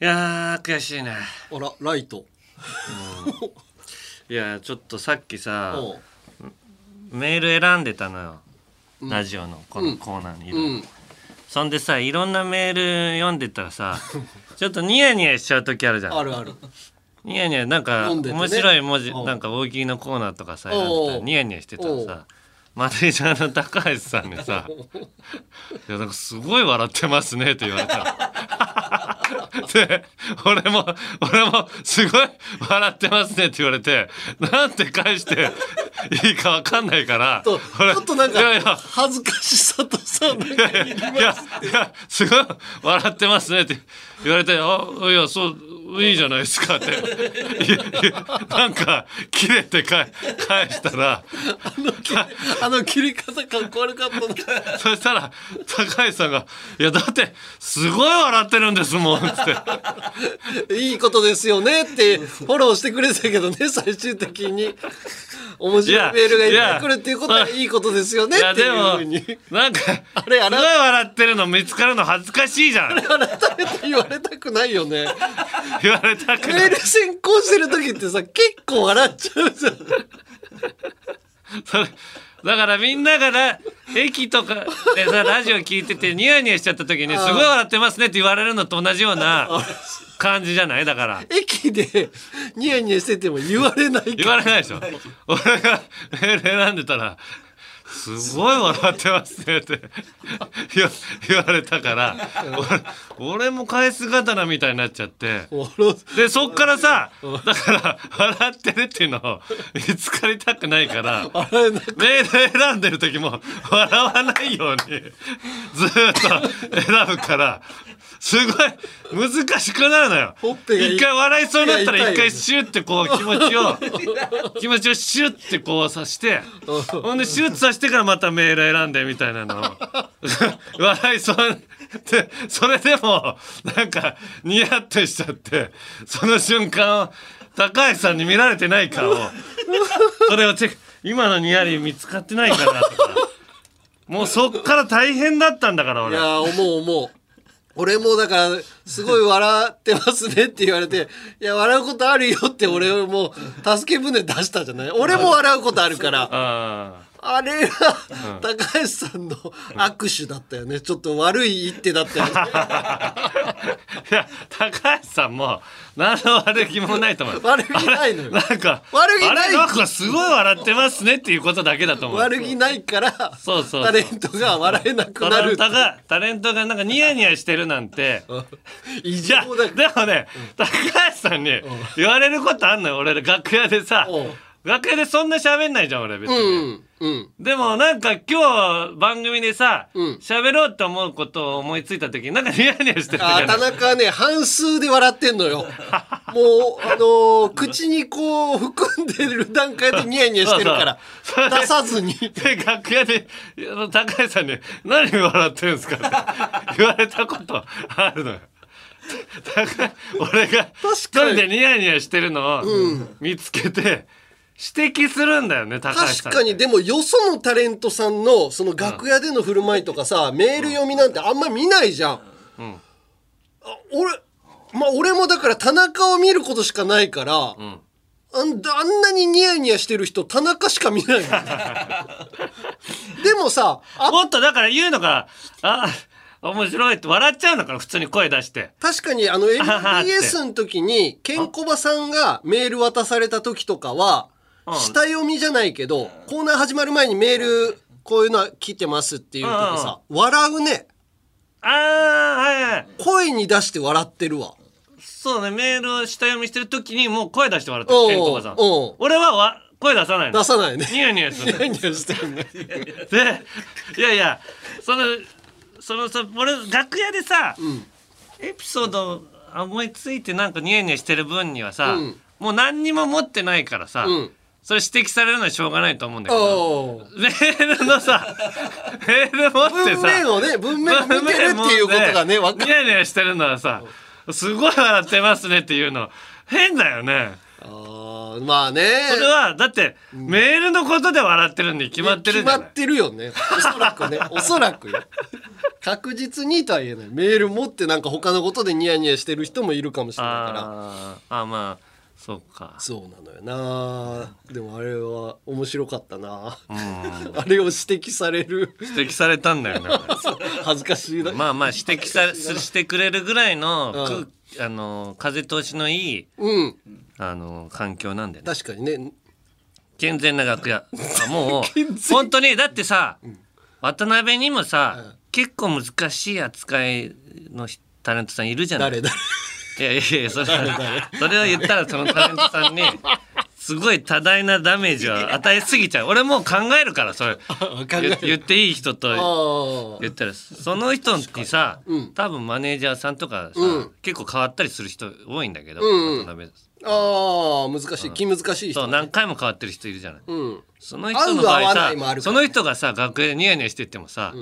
いやー悔しいねあらライトいやーちょっとさっきさおうメール選んでたのよ、うんラジオのこのコーナーに、うんそんでさいろんなメール読んでたらさちょっとニヤニヤしちゃう時あるじゃあんるあるニヤニヤなんか読んでてね面白い文字うんなんか大喜利のコーナーとかさ選んでたらおうニヤニヤしてたらさマネージャーの高橋さんに さ「いやなんかすごい笑ってますね」って言われた で俺も俺も「すごい笑ってますね」って言われてなんて返していいかわかんないからと俺ちょっとなんいやいかや恥ずかしさとさなんいかやいやいやすごい笑ってますねって言われて「あいやそういいじゃないですか」っていやいやなんか切れてか返したらあの切り方かっこ悪かったなそしたら高橋さんが「いやだってすごい笑ってるんですもん」っつっていいことですよねってフォローしてくれてたけどね最終的に面いや白いメールがいっいぱやい来るっていうことはいいことですよね「いっやていでうもふうになんかあれすごい笑ってるの見つかるの恥ずかしいじゃん」改めて言われたくないよね言われたくなメーいル先行してる時ってさ結構笑っちゃうじゃんそれ だからみんながら駅とかでさラジオ聞いててニヤニヤしちゃった時に「すごい笑ってますね」って言われるのと同じような感じじゃないだから駅でニヤニヤしてても言われない言われないでしょ俺がメール選んでたら「すごい笑ってますね」って言わ言われたから俺俺も返す刀みたいになっちゃって。でそっからさだから笑ってるっていうのを見つかりたくないから笑えないメール選んでる時も笑わないようにずーっと選ぶからすごい難しくなるのよほっぺがい一回笑いそうになったいや痛らい一回シュッてこう気持ちを 気持ちをシュッてこうさしてほんでシュッてさしてからまたメール選んでみたいなのを 笑いそうでそれでもなんかニヤッとしちゃってその瞬間を高橋さんに見られてないかを。それをチェック今のニヤリ見つかってないかなとかもうそっから大変だったんだからい俺やー思う思う俺もだからすごい笑ってますねって言われていや笑うことあるよって俺も助け舟出したじゃない俺も笑うことあるからああれは高橋さんの握手だったよねちょっと悪い一手だったよねーいや高橋さんも何の悪気もないと思う悪気ないのよなんか悪気なあいれなんかすごい笑ってますねっていうことだけだと思う悪気ないからそうそうそうタレントが笑えなくタなレるントがタレントがなんかニヤニヤしてるなんて 異いや常だからでもね、高橋さんに言われることあんのよ俺楽屋でさうん楽屋でそんな喋んないじゃん俺別に、うんうんでもなんか今日番組でさうん喋、ろうと思うことを思いついた時になんかニヤニヤしてる時ああーる田中はね半数で笑ってんのよもうあのー口にこう含んでる段階でニヤニヤしてるからそうそう出さずにで楽屋で高橋さんに「何笑ってるんですか?」って言われたことあるのよ。だから俺が一かに人でニヤニヤしてるのを見つけて指摘するんだよね高橋さんって。確かにでもよそのタレントさんのその楽屋での振る舞いとかさメール読みなんてあんま見ないじゃん、あ俺まあ俺もだから田中を見ることしかないから、あんあんなにニヤニヤしてる人田中しか見ないの でもさあもっとだから言うのが「あ面白い」って笑っちゃうのかな普通に声出して。確かに あのははって MBS の時にケンコバさんがメール渡された時とかはうん下読みじゃないけどコーナー始まる前にメールこういうのは来てますっていう時さ笑うねあーはいはい。声に出して笑ってるわそうね、メールを下読みしてる時にもう声出して笑っておうる、ケンコバさんおう。俺はわ声出さないの。出さない ねニヤニヤする。 ニヤニヤしてるねで、いやいや、その、そのさ、俺、楽屋でさ、エピソード思いついてなんかニヤニヤしてる分にはさ、うんもう何にも持ってないからさ、うんそれ指摘されるのはしょうがないと思うんだけど、おうメールの さ、メール持って文さ、面をね文面を見てるっていうこ とがね分かニヤニヤしてるのはさすごい笑ってますねっていうの変だよねあーまあねそれはだってメールのことで笑ってるんで決まってる決じゃまないってるよねおそらく ねおそらくよ確実にとは言えないメール持ってなんか他のことでニヤニヤしてる人もいるかもしれないからあーあーまあそうかそうなのよなでもあれは面白かったな あれを指摘される 指摘されたんだよな恥ずかしいな、まあまあ指摘さすしてくれるぐらいの空、あの風通しのいいうんあの環境なんでね確かにね健全な楽 屋あもう本当にだってさ、渡辺にもさ、結構難しい扱いのひタレントさんいるじゃない誰誰いやいやいやそれはそれを言ったらそのタレントさんにすごい多大なダメージを 与えすぎちゃう俺もう考えるからそれ考え言る言っていい人と ああ言ったらその人にさ、多分マネージャーさんとかさ、結構変わったりする人多いんだけど、渡辺ああ難しい気難しいそう人何回も変わってる人いるじゃない、うんその人の場合う合合わなさいもあるかそらの人がさ楽屋ニヤニヤしてってもさ、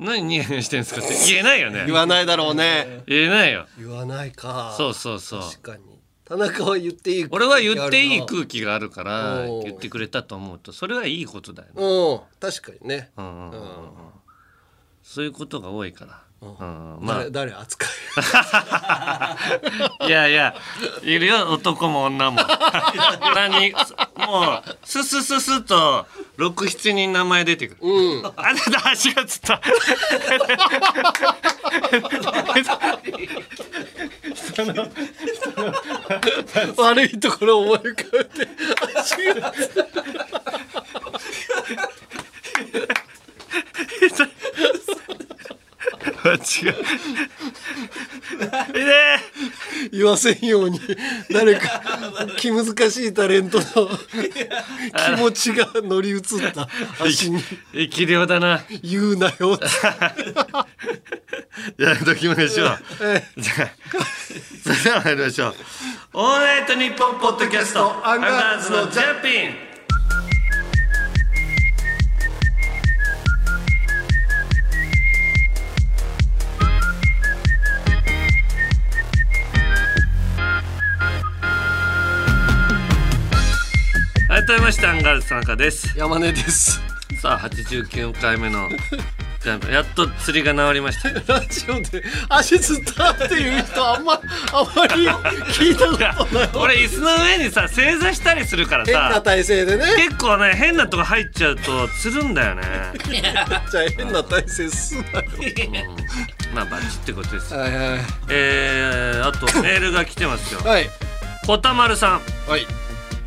何ニヤニヤしてん すかって言えないよね言わないだろう ね言えないよ言わないかそうそうそう確かに田中は言っていい俺は言っていい空気空気があるからおー言ってくれたと思うとそれはいいことだよね、うん確かにね、うんうんうんうんうんそういうことが多いから、うんま誰誰扱い あいやいやいるよ男も女も 何もうススススと67人名前出てくる、うんあれだ足がつ った悪いところを思い浮かべて足が 足がいね言わせん ように誰か気難しいタレントの気持ちが乗り移った足にえ生き量だな言うな よってやめときましょう。えじゃあそれでは参りましょう。オールナイトニッポンポッドキャスト、アンガールズのジャンピン。改めましてアンガールズ田中です。山根ですさあ89回目のジャンピンやっと釣りが治りま した。ラジオで足つったっていう人あんまあんまり聞いたこといや俺椅子の上にさ正座したりするから変なさ体勢でね結構ね変なとこ入っちゃうとつるんだよねじゃあ変な体勢 すなよまあバッチってことですはいはいえー、あ とメールが来てますよはいこたまるさはい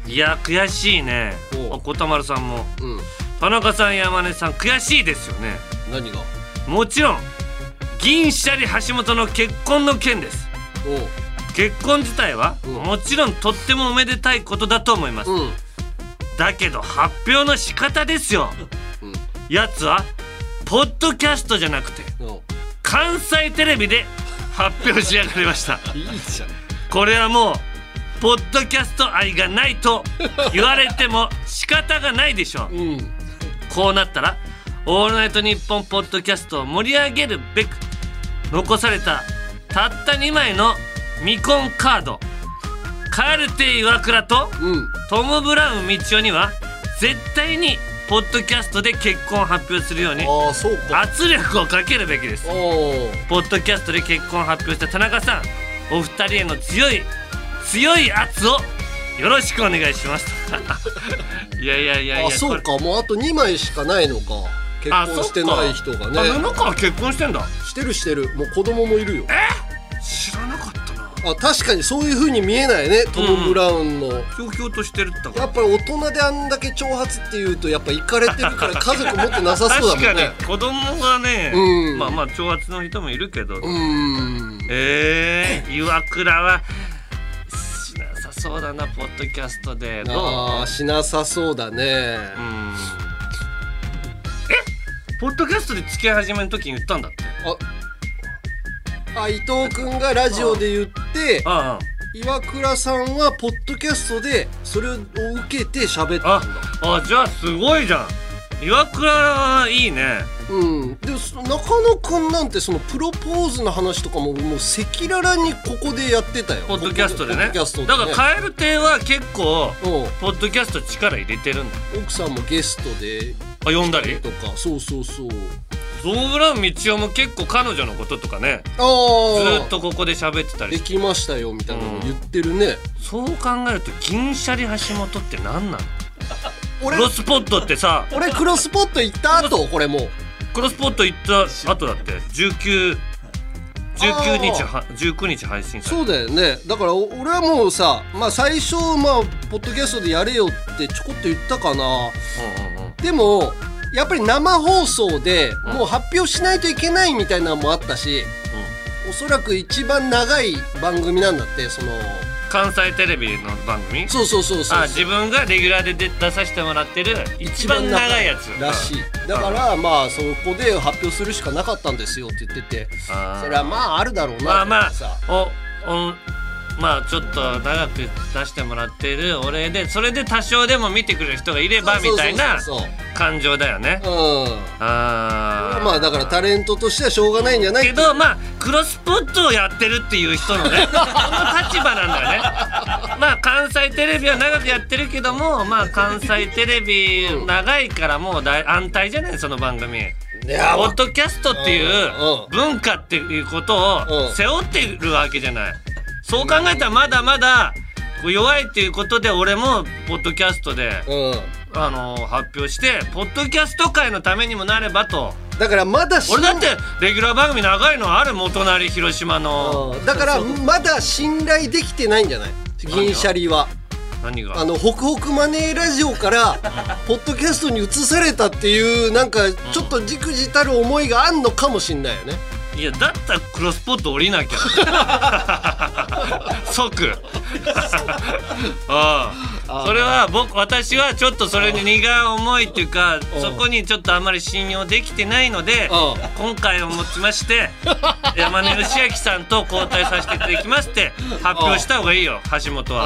んいや悔しいねおあこたまるさんもうん田中さん山根さん悔しいですよね何がもちろん銀シャリ橋本の結婚の件ですお結婚自体はうんもちろんとってもおめでたいことだと思いますううんだけど発表の仕方ですようんやつはポッドキャストじゃなくてお関西テレビで発表しやがりましたいいじゃんこれはもうポッドキャスト愛がないと言われても仕方がないでしょううんこうなったら「オールナイトニッポン」ポッドキャストを盛り上げるべく残されたたった2枚の未婚カードカルテイワクラとうんトム・ブラウン道夫には絶対にポッドキャストで結婚を発表するようにああそうか圧力をかけるべきですおおポッドキャストで結婚を発表した田中さんお二人への強い強い圧をよろしくお願いします いやいやいやいやあそうこかもうあと2枚しかないのか結れあ婚してない人がねそっかあ七川結婚してんだしてるしてるもう子供もいるよ知らなかったなあ確かにそういう風に見えないねトム・ブラウンの、ひょうひょうとしてるってやっぱり大人であんだけ挑発っていうとやっぱ行かれてる から家族持ってなさそうだも確んかねに子供がね、うんまあまあ挑発の人もいるけど、うーんええ岩倉はしなさそうだなポッドキャストでどうあーしなさそうだね、うんえポッドキャストで付き合い始めの時に言ったんだってあ伊藤君がラジオで言ってあ岩倉さんはポッドキャストでそれを受けて喋っあたんだああじゃあすごいじゃん岩倉いいねうん、でそ中野くんなんてそのプロポーズの話とかももう赤裸々にここでやってたよポッドキャストでねポッドキャストでだねから蛙亭は結構うポッドキャスト力入れてるんだん奥さんもゲストであ呼んだりとかそうそうそうゾーブラウン道夫も結構彼女のこととかねずああーっとここで喋ってたりでしてきましたよみたいなの言ってるね、そう考えると銀シャリ橋本って何なのク俺ロスポットってさ俺クロスポット行った 後これもうクロスポット行った後だって1919日は19日配信されそうだよねだからお俺はもうさ、まあ、最初、まあ、ポッドキャストでやれよってちょこっと言ったかたうなんうんうんでもやっぱり生放送でもう発表しないといけないみたいなのもあったし、おそらく一番長い番組なんだってその関西テレビの番組そうそうそうそうあ自分がレギュラーで出出させてもらってる一番長いやつらしいだからまあそこで発表するしかなかったんですよって言っててあーそれはまああるだろうなまあまあさおおんまあちょっと長く出してもらってるお礼でそれで多少でも見てくれる人がいればみたいなそうそうそう感情だよねそううんあーまあだからタレントとしてはしょうがないんじゃないけどまあクロスポットをやってるっていう人 のねその立場なんだよねまあ関西テレビは長くやってるけどもまあ関西テレビ長いからもうだい安泰じゃないその番組いやポッドキャストっていううんうん文化っていうことをうん背負ってるわけじゃないそう考えたらまだまだこう弱いっていうことで俺もポッドキャストでうんあの発表してポッドキャスト界のためにもなればとだからまだ 俺だってレギュラー番組長いのあるも隣広島のうんだからまだ信頼できてないんじゃない銀シャリは何があのホクホクマネーラジオからポッドキャストに移されたっていうなんかちょっとじくじたる思いがあんのかもしんないよねいやだったらクロスポット降りな きゃ 即ああそれは僕私はちょっとそれに苦い思いっていうかそこにちょっとあんまり信用できてないのであ今回をもちまして 山根義明さんと交代させていただきますって発表した方がいいよ橋本は。あ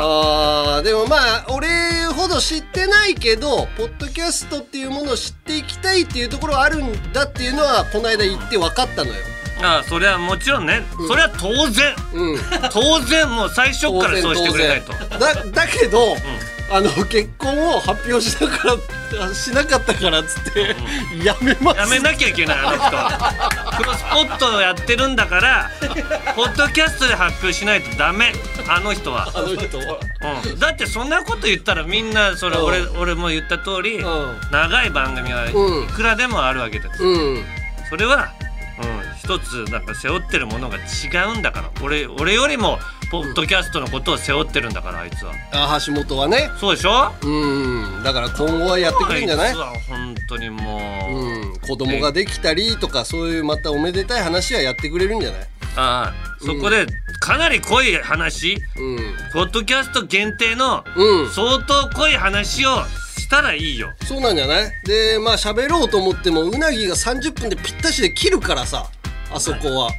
ーでもまあ俺ほど知ってないけどポッドキャストっていうものを知っていきたいっていうところはあるんだっていうのはこの間言って分かったのよああそれはもちろんねそれは当然うん当然もう最初当から然そうしてくれないと。当然だだけど、あの結婚を発表しなからしなかったからっつって、やめますやめなきゃいけないあの人はクロスポットをやってるんだからポッドキャストで発表しないとダメあの人は、あの人はうん、だってそんなこと言ったらみんなそれうん俺俺も言った通りん長い番組はいうんくらでもあるわけですうんそれは、うん、一つなんか背負ってるものが違うんだから俺俺よりもポッドキャストのことを背負ってるんだからあいつはあ橋本はねそうでしょうんだから今後はやってくあるんいじつゃないは本当にもう、うん、子供ができたりとかそういうまたおめでたい話はやってくれるんじゃないああそこでかなり濃い話うポッドキャスト限定のん、うん、相当濃い話をしたらいいよ。そうなんじゃないでまあ喋ろうと思ってもうなぎが30分でぴったしで切るからさあそこは、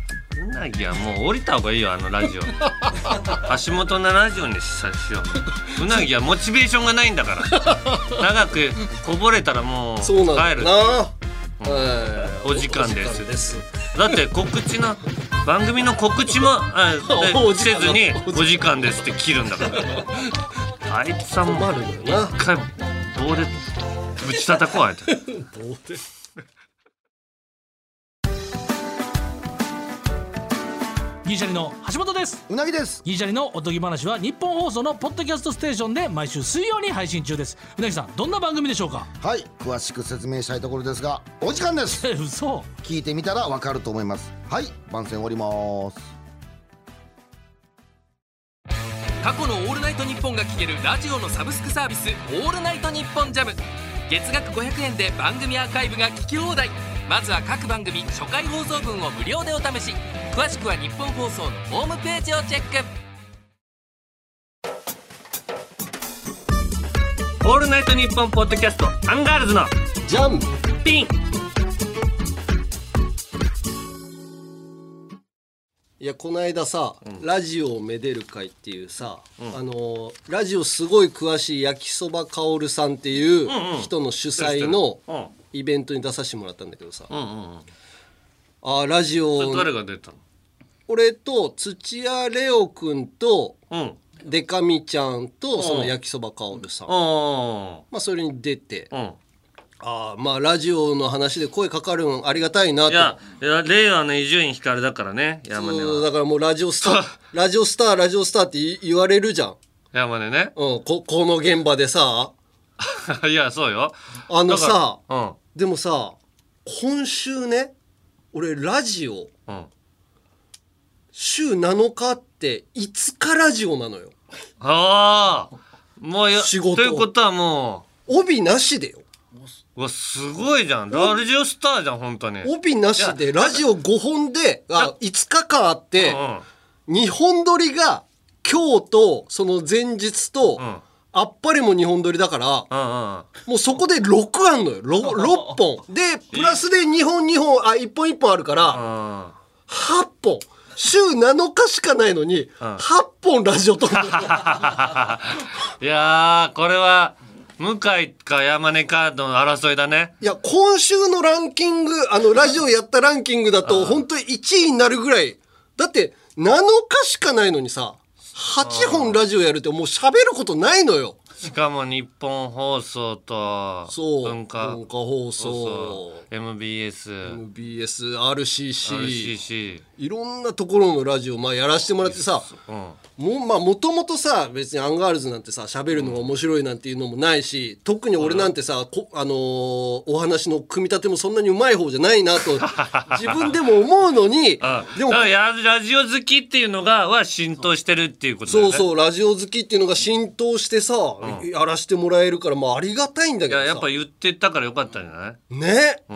うなぎはもう降りた方がいいよあのラ ジオ。橋本のラジオにさしよう。うなぎはモチベーションがないんだから。長くこぼれたらもう帰そうなんる。だだな、えーお時間ですお時間ですって告知の番組の告知もあおせ時間ずにお時間お時間ですって切るんだから。 あいつさんも困るよな一回棒でぶち叩こうあいつ。銀シャリの橋本ですうなぎです銀シャリのおとぎ話は日本放送のポッドキャストステーションで毎週水曜に配信中ですうなぎさんどんな番組でしょうかはい詳しく説明したいところですがお時間ですえ嘘聞いてみたらわかると思いますはい番宣おります過去の「オールナイトニッポン」が聴けるラジオのサブスクサービス「オールナイトニッポンジャム月額500円で番組アーカイブが聞き放題まずは各番組初回放送分を無料でお試し詳しくは日本放送のホームページをチェックオールナイトニッポンポッドキャストアンガールズのじゃんピンいやこの間さ、ラジオをめでる会っていうさ、あのーラジオすごい詳しい焼きそばかおるさんっていう人の主催のうんイイベントに出させてもらったんだけどさ、うんうんうんあーラジオそれ誰が出たの俺と土屋レオくんとうんデカミちゃんとその焼きそばかおるさん、あまあ、それに出てあうんあーまあラジオの話で声かかるんありがたいないとやいや令和の伊集院光だからね山根そうはだからもうラジオスタ ーラジオスターラジオスターってい言われるじゃん、うん、山根ねここの現場でさ いやそうよあのさだかでもさ今週ね俺ラジオらうんうん週7日って5日ラジオなのよああもうよ仕事ということはも帯なしでよううわすごいじゃんラジオスターじゃん本当にうん帯なしでラジオ5本であ5日間あってうん2本撮りが今日とその前日と、んあっぱれも2本撮りだからうんもうそこで6あんの よ 6, 本でプラスで2本2本あ1本1本あるからうん8本週7日しかないのに8本ラジオ撮る のよいやーこれは向井か山根かの争いだねいや今週のランキングあのラジオやったランキングだと本当に1位になるぐらいだって7日しかないのにさ8本ラジオやるってもう喋ることないのよしかも日本放送とそう文化文化放送そうそう MBS MBS、RCC、 RCC いろんなところのラジオ、まあ、やらせてもらってさ、うんも,、まあ、もともとさ、別にアンガールズなんてさ、喋るのが面白いなんていうのもないし、特に俺なんてさ、こあのーお話の組み立てもそんなにうまい方じゃないなと、 自分でも思うのにあ、でもだ、からやラジオ好きっていうのがは浸透してるっていうことだよねそうそう、ラジオ好きっていうのが浸透してさ、やらせてもらえるから、まあ、ありがたいんだいけどやさ。やっぱ言ってたからよかったんじゃないね、ん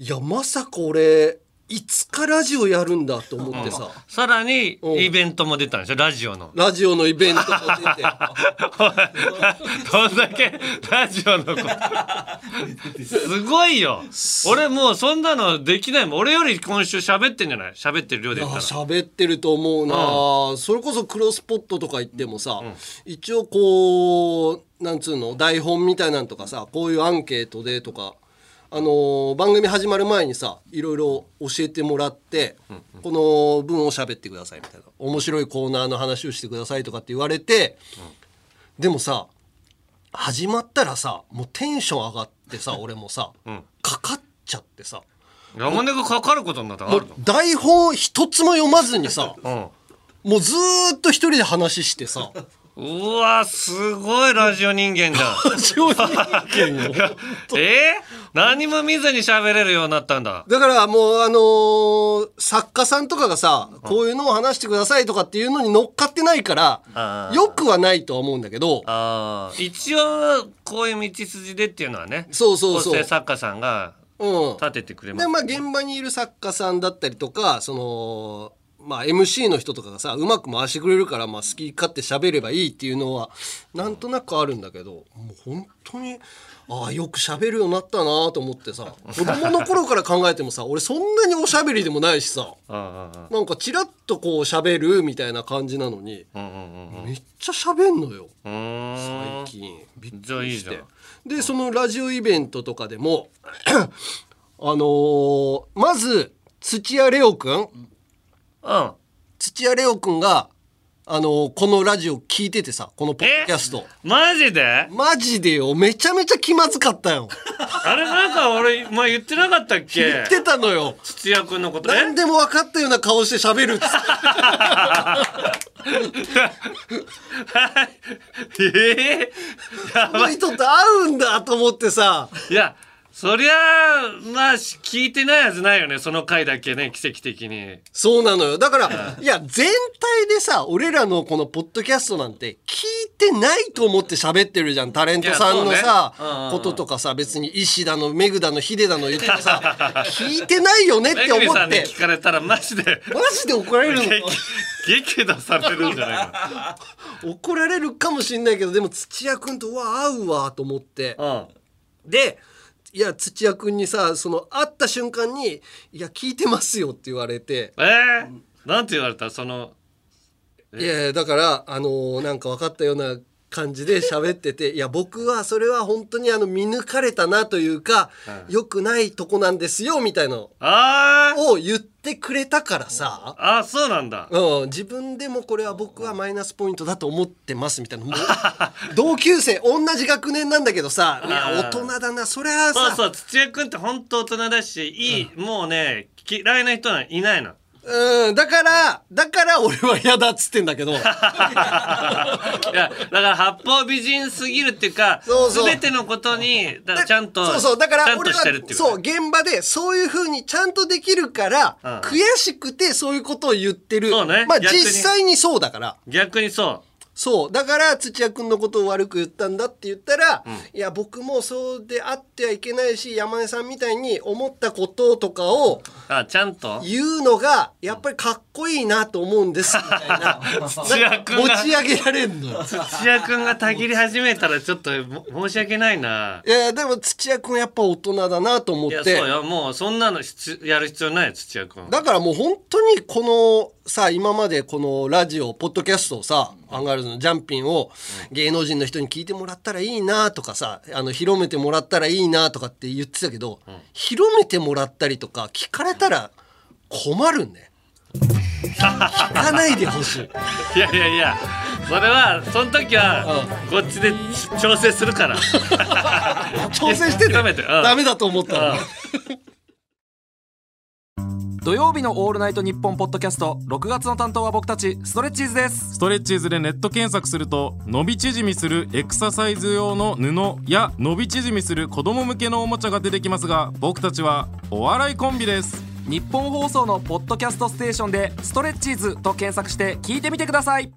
いや、まさか俺、いつかラジオやるんだと思ってさ。さらにうんイベントも出たんでしょラジオ のラジオのイベントも出てどんだけラジオのことすごいよ俺もうそんなのできないもん俺より今週喋ってんじゃない喋ってる量で言あったら喋ってると思うな、それこそクロスポットとか行ってもさ、一応こうなんつうの台本みたいなんとかさこういうアンケートでとか、あのー番組始まる前にさいろいろ教えてもらって、この文を喋ってくださいみたいな面白いコーナーの話をしてくださいとかって言われて、でもさ始まったらさもうテンション上がっ てさ俺もさ、かかっちゃってさ。山根がかかることになったらあもるう台本一つも読まず にさのもうずーっと一人で話して さうんうわすごいラジオ人間じゃんいやえー、何も見ずに喋れるようになったんだだからもうあのー作家さんとかがさこういうのを話してくださいとかっていうのに乗っかってないからあーよくはないとは思うんだけどあー一応こういう道筋でっていうのはねそうそうそう構成作家さんがうん立ててくれますでまあ現場にいる作家さんだったりとかそのまあ MC の人とかがさうまく回してくれるからまあ好き勝手喋ればいいっていうのはなんとなくあるんだけどもう本当にああよく喋るようになったなと思ってさ子供の頃から考えてもさ俺そんなにおしゃべりでもないしさああなんかちらっとこう喋るみたいな感じなのにうんうんめっちゃ喋んのようんうんうーん最近びっじゃあくいいりしじゃてんでそのラジオイベントとかでも あのーまず土屋レオくんうん土屋レオくんが、あのーこのラジオ聞いててさこのポッドキャストマジでマジでよめちゃめちゃ気まずかったよあれなんか俺前言ってなかったっけ言ってたのよ土屋君のことね何でも分かったような顔して 喋るっつってえ ー、やこの人と合うんだと思ってさいやそりゃまあし聞いてないはずないよねその回だけね奇跡的にそうなのよだからいや全体でさ俺らのこのポッドキャストなんて聞いてないと思って喋ってるじゃんタレントさんのいやさ、そうねうんうんうんこととかさ別に石田のメグだのヒデだの言ってもさ聞いてないよねっめてぐ思りさっんにて聞かれたらマジでマジで怒られるの激激怒されるんじゃない か怒られるかもしんないけどでも土屋君とうわ合うわと思ってうんでいや土屋君にさその会った瞬間に「いや聞いてますよ」って言われてえー、なんて言われたそのいやいやだからあのーなんか分かったような感じで喋ってていや僕はそれは本当にあの見抜かれたなというか、良くないとこなんですよみたいなのあーを言ってくれたからさ、あーそうなんだうん、自分でもこれは僕はマイナスポイントだと思ってますみたいなもう同級生同じ学年なんだけどさいや大人だなそりゃそうさそう土屋君って本当大人だしいい、もうね嫌いな人はいない のうん、だから、だから俺は嫌だっつってんだけど。いやだから八方美人すぎるっていうかそうそう全てのことにだからちゃんとそうそう、だからちゃん俺としはてるっていうかそう、現場でそういう風にちゃんとできるから、うん悔しくてそういうことを言ってる。そうねまあ逆実に際にそうだから。逆にそうそう。だから土屋くんのことを悪く言ったんだって言ったら、いや、僕もそうであってはいけないし、山根さんみたいに思ったこととかをあちゃんと言うのが、やっぱりかっこいいなと思うんです、みたい な。土屋君持がち上げられんのよ。土屋君がたぎり始めたらちょっとも申し訳ないないやいやでも土屋君やっぱ大人だなと思っいやてそうよもうそんなのしつやる必要ないよ土屋君だからもう本当にこのさ今までこのラジオポッドキャストをさアンガールズのジャンピンを芸能人の人に聞いてもらったらいいなとかさあの広めてもらったらいいなとかって言ってたけど、広めてもらったりとか聞かれたら困るんね聞かないでほしいいやいやいやそれはその時はこっちでち調整するから挑戦 してね広めてうんダメだと思ったら、土曜日の「オールナイトニッポン」ポッドキャスト6月の担当は僕たちストレッチーズですストレッチーズでネット検索すると伸び縮みするエクササイズ用の布や伸び縮みする子供向けのおもちゃが出てきますが僕たちはお笑いコンビです日本放送のポッドキャストステーションで「ストレッチーズ」と検索して聞いてみてください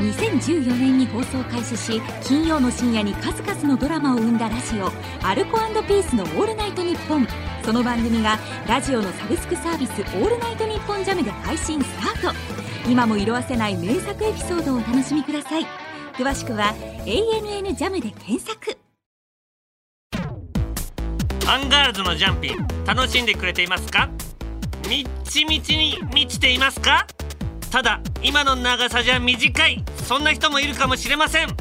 2014年に放送開始し金曜の深夜に数々のドラマを生んだラジオ「アルコピースのオールナイトニッポン」その番組がラジオのサブスクサービス「オールナイトニッポンジャムで配信スタート今も色あせない名作エピソードをお楽しみください詳しくは「ANN ジャムで検索アンガールズのジャンピン楽しんでくれていますかみっちみちに満ちていますかただ今の長さじゃ短いそんな人もいるかもしれませんか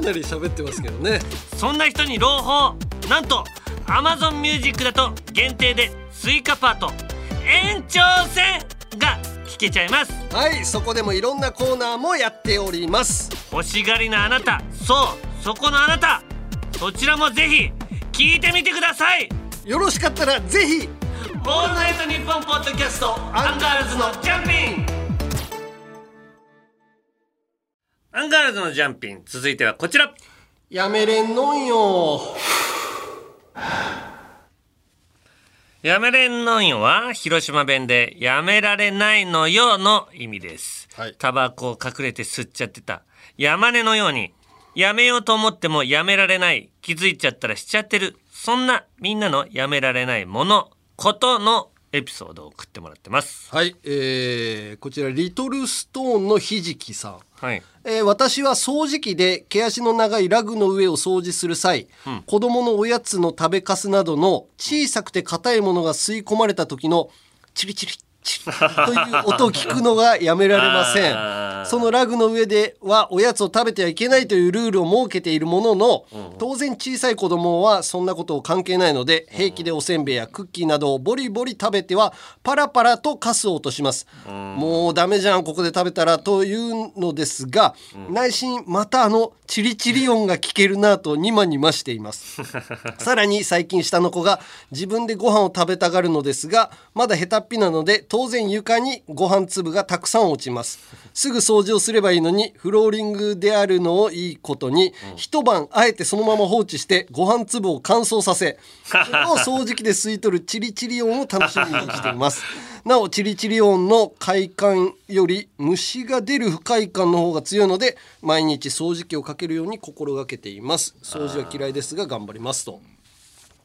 なり喋ってますけどねそんな人に朗報なんと Amazon ミュージックだと限定でスイカパート延長戦が聞けちゃいますはいそこでもいろんなコーナーもやっております欲しがりなあなたそうそこのあなたそちらもぜひ聞いてみてくださいよろしかったらぜひオールナイトニッポンポッドキャストアンガールズのジャンピンアンガールズのジャンピン続いてはこちらやめれんのんよやめれんのんよは広島弁でやめられないのよの意味です、はいタバコを隠れて吸っちゃってた山根のようにやめようと思ってもやめられない気づいちゃったらしちゃってるそんなみんなのやめられないものことのエピソードを送ってもらってますはい、えー、こちらリトルストーンのひじきさんはいえー私は掃除機で毛足の長いラグの上を掃除する際、子供のおやつの食べかすなどの小さくて硬いものが吸い込まれた時のチリチリチリという音を聞くのがやめられませあん。ーそのラグの上ではおやつを食べてはいけないというルールを設けているものの、当然小さい子供はそんなことを関係ないので、平気でおせんべいやクッキーなどをボリボリ食べてはパラパラとカスを落とします、もうダメじゃんここで食べたらというのですが、内心またあのチリチリ音が聞けるなとにまにましています さらに最近下の子が自分でご飯を食べたがるのですがまだ下手っぴなので当然床にご飯粒がたくさん落ちますすぐ掃除をすればいいのにフローリングであるのをいいことに、一晩あえてそのまま放置してご飯粒を乾燥さ せそれを掃除機で吸い取るチリチリ音を楽しみにしていますなおチリチリ音の快感より虫が出る不快感の方が強いので毎日掃除機をかけるように心がけています掃除は嫌いですが頑張りますと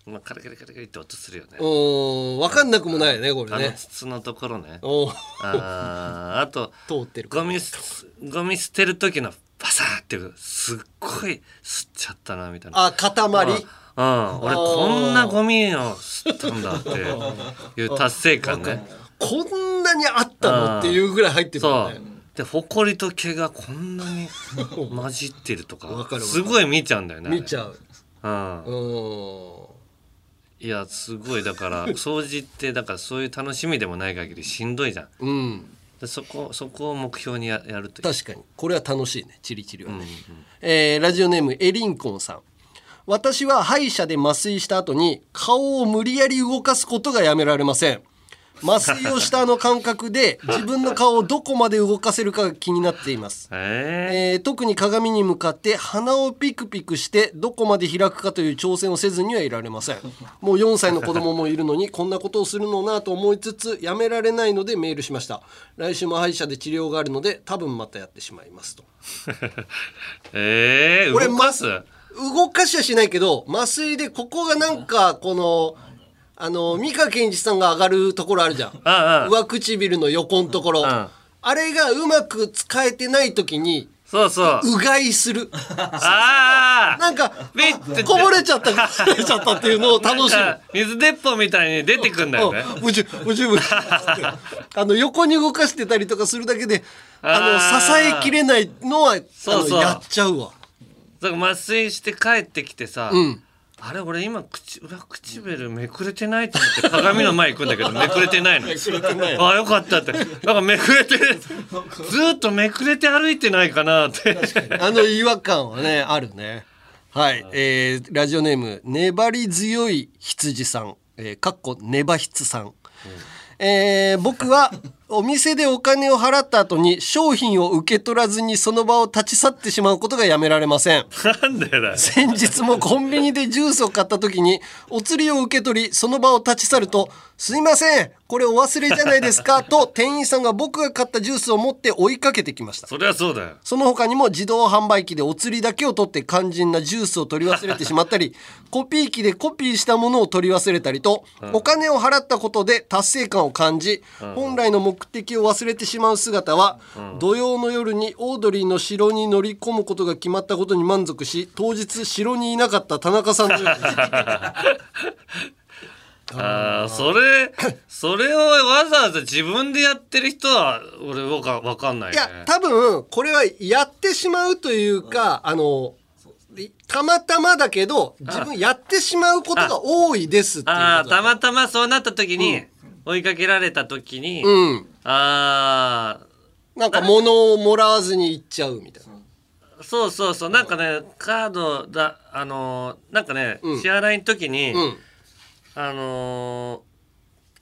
まあカリカリカリカリって音するよねうーん分かんなくもないよねこれあのね筒のところねおーあーあと通ってるかゴミすゴミ捨てる時のバサーっていうすっごい吸っちゃったなみたいなあ塊うん、俺こんなゴミを吸ったんだっていう達成感ね。こんなにあったのっていうぐらい入ってるそもんうね。で埃と毛がこんなに混じってるとかわかるわかるすごい見ちゃうんだよね見ちゃゃうう、うーんん、いやすごいだから掃除ってだからそういう楽しみでもない限りしんどいじゃんうんでそこそこを目標にややると確かにこれは楽しいねチリチリはね、えーラジオネームエリンコンさん私は歯医者で麻酔した後に顔を無理やり動かすことがやめられません麻酔をしたあの感覚で自分の顔をどこまで動かせるかが気になっています、ええー特に鏡に向かって鼻をピクピクしてどこまで開くかという挑戦をせずにはいられま せんもう4歳の子供もいるのにこんなことをするのなと思いつつやめられないのでメールしました来週も歯医者で治療があるので多分またやってしまいますとー、 えー、動かす俺動かしはしないけど麻酔でここがなんかこのあの美川憲一さんが上がるところあるじゃんああ上唇の横のところんあれがうまく使えてない時にそうそううがい するああなんかビッてあこぼれちゃったこぼれちゃったっていうのを 楽しむ水鉄砲みたいに出てくんだよねうんむじゅむじゅ むじゅあの横に動かしてたりとかするだけでああーの支えきれないのはあのそうそうやっちゃうわだから麻酔して帰ってきてさ、うんあれ俺今口裏唇めくれてないと思って鏡の前行くんだけ どめくれてないのあよかったってなんかめくれ てるずーっとめくれて歩いてないかなってあの違和感はねあるねはい、えー、ラジオネーム粘り強い羊さん、えー、かっこネバヒツさん、えー僕はお店でお金を払った後に商品を受け取らずにその場を立ち去ってしまうことがやめられませんなんでだよ先日もコンビニでジュースを買った時にお釣りを受け取りその場を立ち去ると「すいませんこれお忘れじゃないですか」と店員さんが僕が買ったジュースを持って追いかけてきましたそりゃそうだよその他にも自動販売機でお釣りだけを取って肝心なジュースを取り忘れてしま ったりコピー機でコピーしたものを取り忘れたりとお金を払ったことで達成感を感じ本来の目的を忘れてしまう姿は土曜の夜にオードリーの城に乗り込むことが決まったことに満足し当日城にいなかった田中さん のようですあーそれそれをわざわざ自分でやってる人は俺わかわかんないいねや多分これはやってしまうというか、あのいたまたまだけど自分やってしまうことが多いですっていうあこーとだたまたまそうなった時に、追いかけられた時に、うんああなんか物をもらわずに行っちゃうみたいなそうそうそうなんかねカードだあのーなんかね、うん支払いの時に、うんあの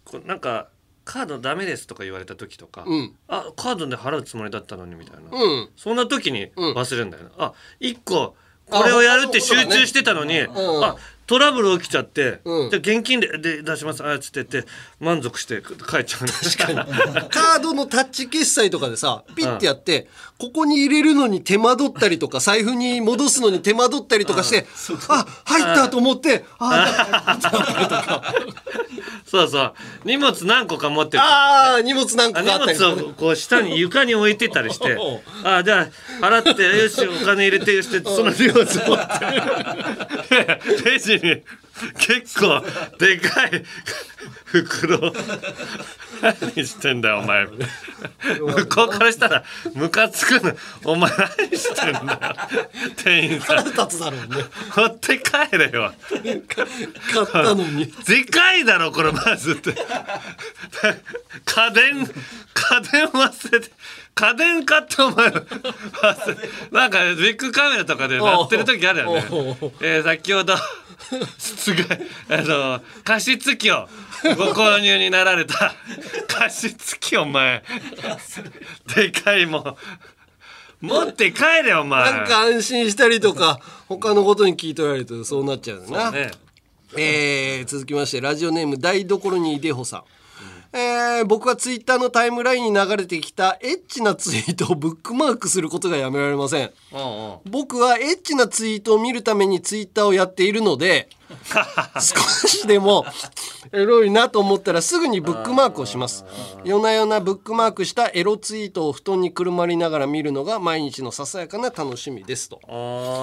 ーこうなんかカードダメですとか言われた時とか、うんあカードで払うつもりだったのにみたいな、 うんそんな時にうん忘れるんだよね、あ一個これをやるって集中してたのに、うんあトラブル起きちゃって、うんじゃあ現金でで出しますあつって言って満足して帰っちゃうんだ確かにカードのタッチ決済とかでさピッてやって、ここに入れるのに手間取ったりとか財布に戻すのに手間取ったりとかして、あ入ったと思って、あそうそう荷物何個か持っててあー荷物なんかがあった荷りとか物をこう下に床に置いてたりして あじゃあ払ってよしお金入れてよしってその荷物持って レジに結構でかい袋何してんだよお前向こうからしたらムカつくのお前何してんだよ店員さん腹立つだろうね持って帰れよ買ったのに。でかいだろこれまずって家電家電忘れて家電買ってお前忘れなんかビッグカメラとかで鳴ってる時あるよねおうおうおう、えー先ほどすごいあの加湿器をご購入になられた加湿器お前でかいもん持って帰れよお前なんか安心したりとか他のことに聞いとられるとそうなっちゃうよな、ねえー続きましてラジオネーム台所にいでほさん、えー僕はツイッターのタイムラインに流れてきたエッチなツイートをブックマークすることがやめられませんうんうん僕はエッチなツイートを見るためにツイッターをやっているので少しでもエロいなと思ったらすぐにブックマークをします夜な夜なブックマークしたエロツイートを布団にくるまりながら見るのが毎日のささやかな楽しみですと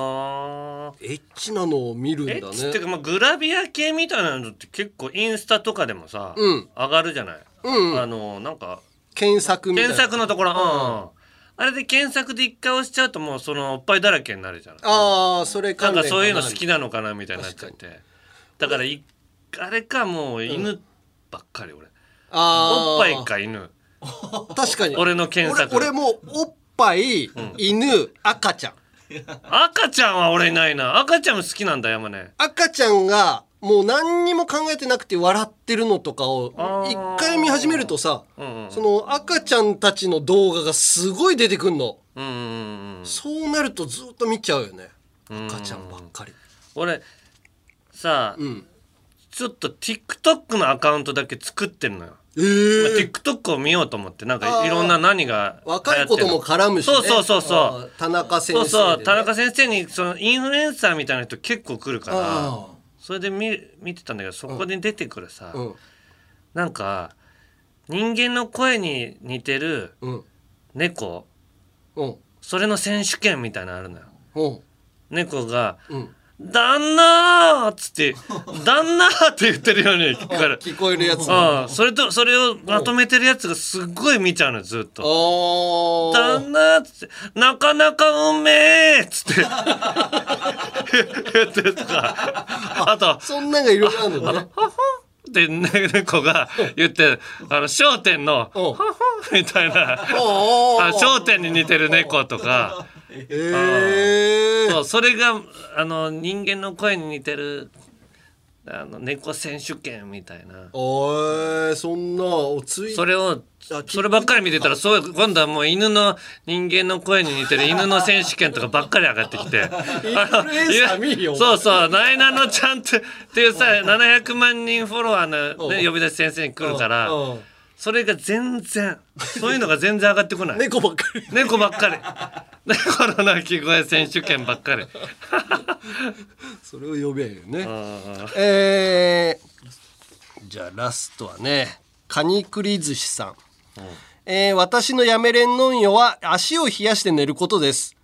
あーエッチなのを見るんだエねッチっていうか、まあ、グラビア系みたいなのって結構インスタとかでもさ、うん上がるじゃない、うんうんあのなんか検索みたいな検索のところ、うんあれで検索で一回押しちゃうともうそのおっぱいだらけになるじゃないああそれな関ん連かそういうの好きなのかなみたいになっちゃってだからいあれかもう犬ばっかり俺、あおっぱいかか犬確かに俺の検索俺俺もおっぱい、犬赤ちゃん赤ちゃんは俺いないな赤ちゃんも好きなんだ山根赤ちゃんがもう何にも考えてなくて笑ってるのとかをあー一回見始めるとさ、んうんその赤ちゃんたちの動画がすごい出てくんの、うんうんうんうんそうなるとずっと見ちゃうよね赤ちゃんばっかり俺さあ、うんちょっと TikTok のアカウントだけ作ってんのよ、えーまあ TikTok を見ようと思ってなんあかーいろんな何が流行って若い子とも絡むし、ね、そうそうそうそうあー田中先そう生でね、そう田中先先生にそのインフルエンサーみたいな人結構来るからあそれで見見てたんだけどそこに出てくるさ、ーうんなんか人間の声に似てるうん猫うんそれの選手権みたいなのあるのようん猫がうん「旦那!」っつ って「旦那!」って言ってるように聞こえる聞こえるやつああそれとそれをまとめてるやつがすっごい見ちゃうのよずっと「おー旦那!」っつって「なかなかうめえ!」っつって やってるとかあとそんなんがいろいろあるのねで猫が言ってるあの『笑点』の「うんみたいなおーおーあ商店に似てる猫とかえーそうそれがあの人間の声に似てるあの猫選手権みたいなおいそんなおついそれをあきそればっかり見てたらそう今度はもう犬の人間の声に似てる犬の選手権とかばっかり上がってき てあのインフルエンサー見いよそうそうなえなのちゃんってっていうさ700万人フォロワーの、ね、うん呼び出し先生に来るからうんうんそれが全然そういうのが全然上がって こない。猫ばっかり猫ばっかり猫の鳴き声選手権ばっかりそれを呼べよねえーじゃあラストはねカニクリ寿司さん、えー私のやめれんのんよは足を冷やして寝ることです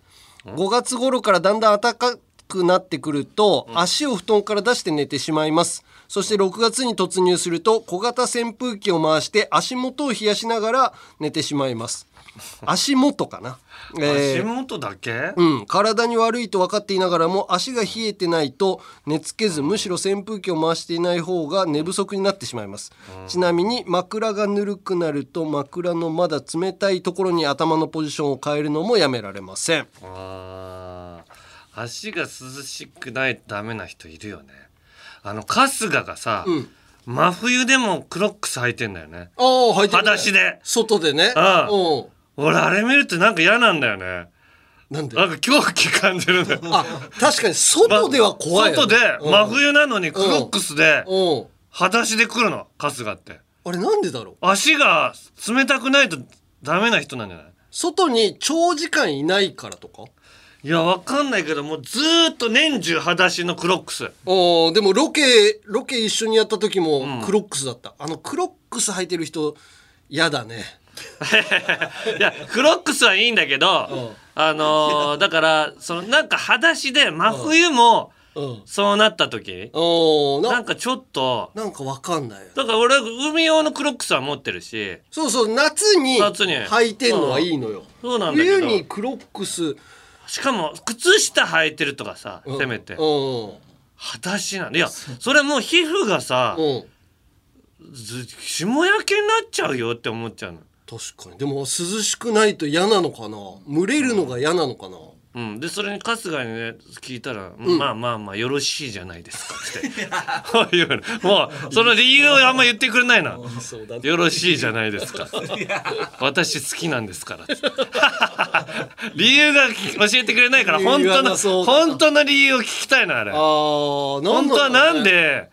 5月頃からだんだん暖かくなってくると、足を布団から出して寝てしまいますそして6月に突入すると小型扇風機を回して足元を冷やしながら寝てしまいます足元かな、えー足元だけうん、体に悪いと分かっていながらも足が冷えてないと寝つけずむしろ扇風機を回していない方が寝不足になってしまいます、ちなみに枕がぬるくなると枕のまだ冷たいところに頭のポジションを変えるのもやめられませんあー足が涼しくないとダメな人いるよねあの春日がさ、うん真冬でもクロックス履いてんだよねああ履いてる裸足で外でねああう俺あれ見るとなんか嫌なんだよねんなんでなんか狂気感じるんだよあ確かに 外では怖いよ外ね、でうん真冬なのにクロックスでうん裸足で来るの春日ってあれなんでだろう足が冷たくないとダメな人なんじゃない外に長時間いないからとかいや、わかんないけど、もうずーっと年中裸足のクロックス。おでもロケロケ一緒にやった時もクロックスだった、あのクロックス履いてる人嫌だねいや、クロックスはいいんだけど、あのーだから、そのなんか裸足で真冬もうんそうなった時、おななんかちょっと、なんかわかんないよだから俺、海用のクロックスは持ってるし、そうそう夏に夏に履いてんのはいいのよそうなんだけ冬にど、クロックスしかも靴下履いてるとかさ、うんせめてう、ん裸足なんで、いや、それもう皮膚がさ、うんず霜焼けになっちゃうよって思っちゃうの。確かにでも涼しくないと嫌なのかな蒸れるのが嫌なのかな、うん、でそれに春日にね聞いたら「まあまあまあよろしいじゃないですか」 ってこういうのもうその理由をあんま言ってくれないな「そうだよろしいじゃないですか」私好きなんですから」 理由が教えてくれないから本理由当はのなそうだ本当の理由を聞きたいなあれあーな本んだ当ろはうねなんで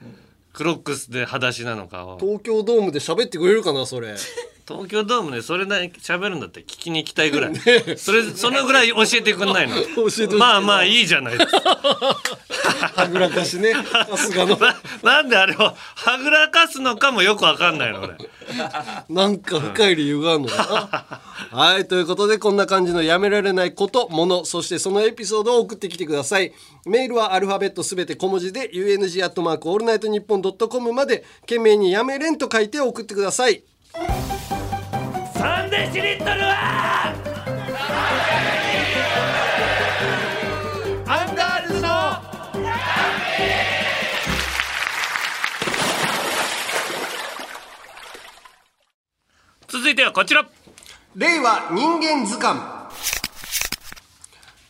クロックスで裸足なのかを東京ドームで喋ってくれるかなそれ 東京ドームでそれなりに喋るんだったら聞きに行きたいぐらい、それそのぐらい教えてくん ないのえてほしいなまあまあいいじゃないですかはぐらかしねさすがのななんであれをはぐらかすのかもよくわかんないの俺なんか深い理由があるのか な。はい、ということで、こんな感じのやめられないこと、もの、そしてそのエピソードを送ってきてください。メールはアルファベットすべて小文字で、UNG アットマークオールナイトニッポンドットコムまで、懸命にやめれんと書いて送ってください。 3デシリットルはこちら令和人間図鑑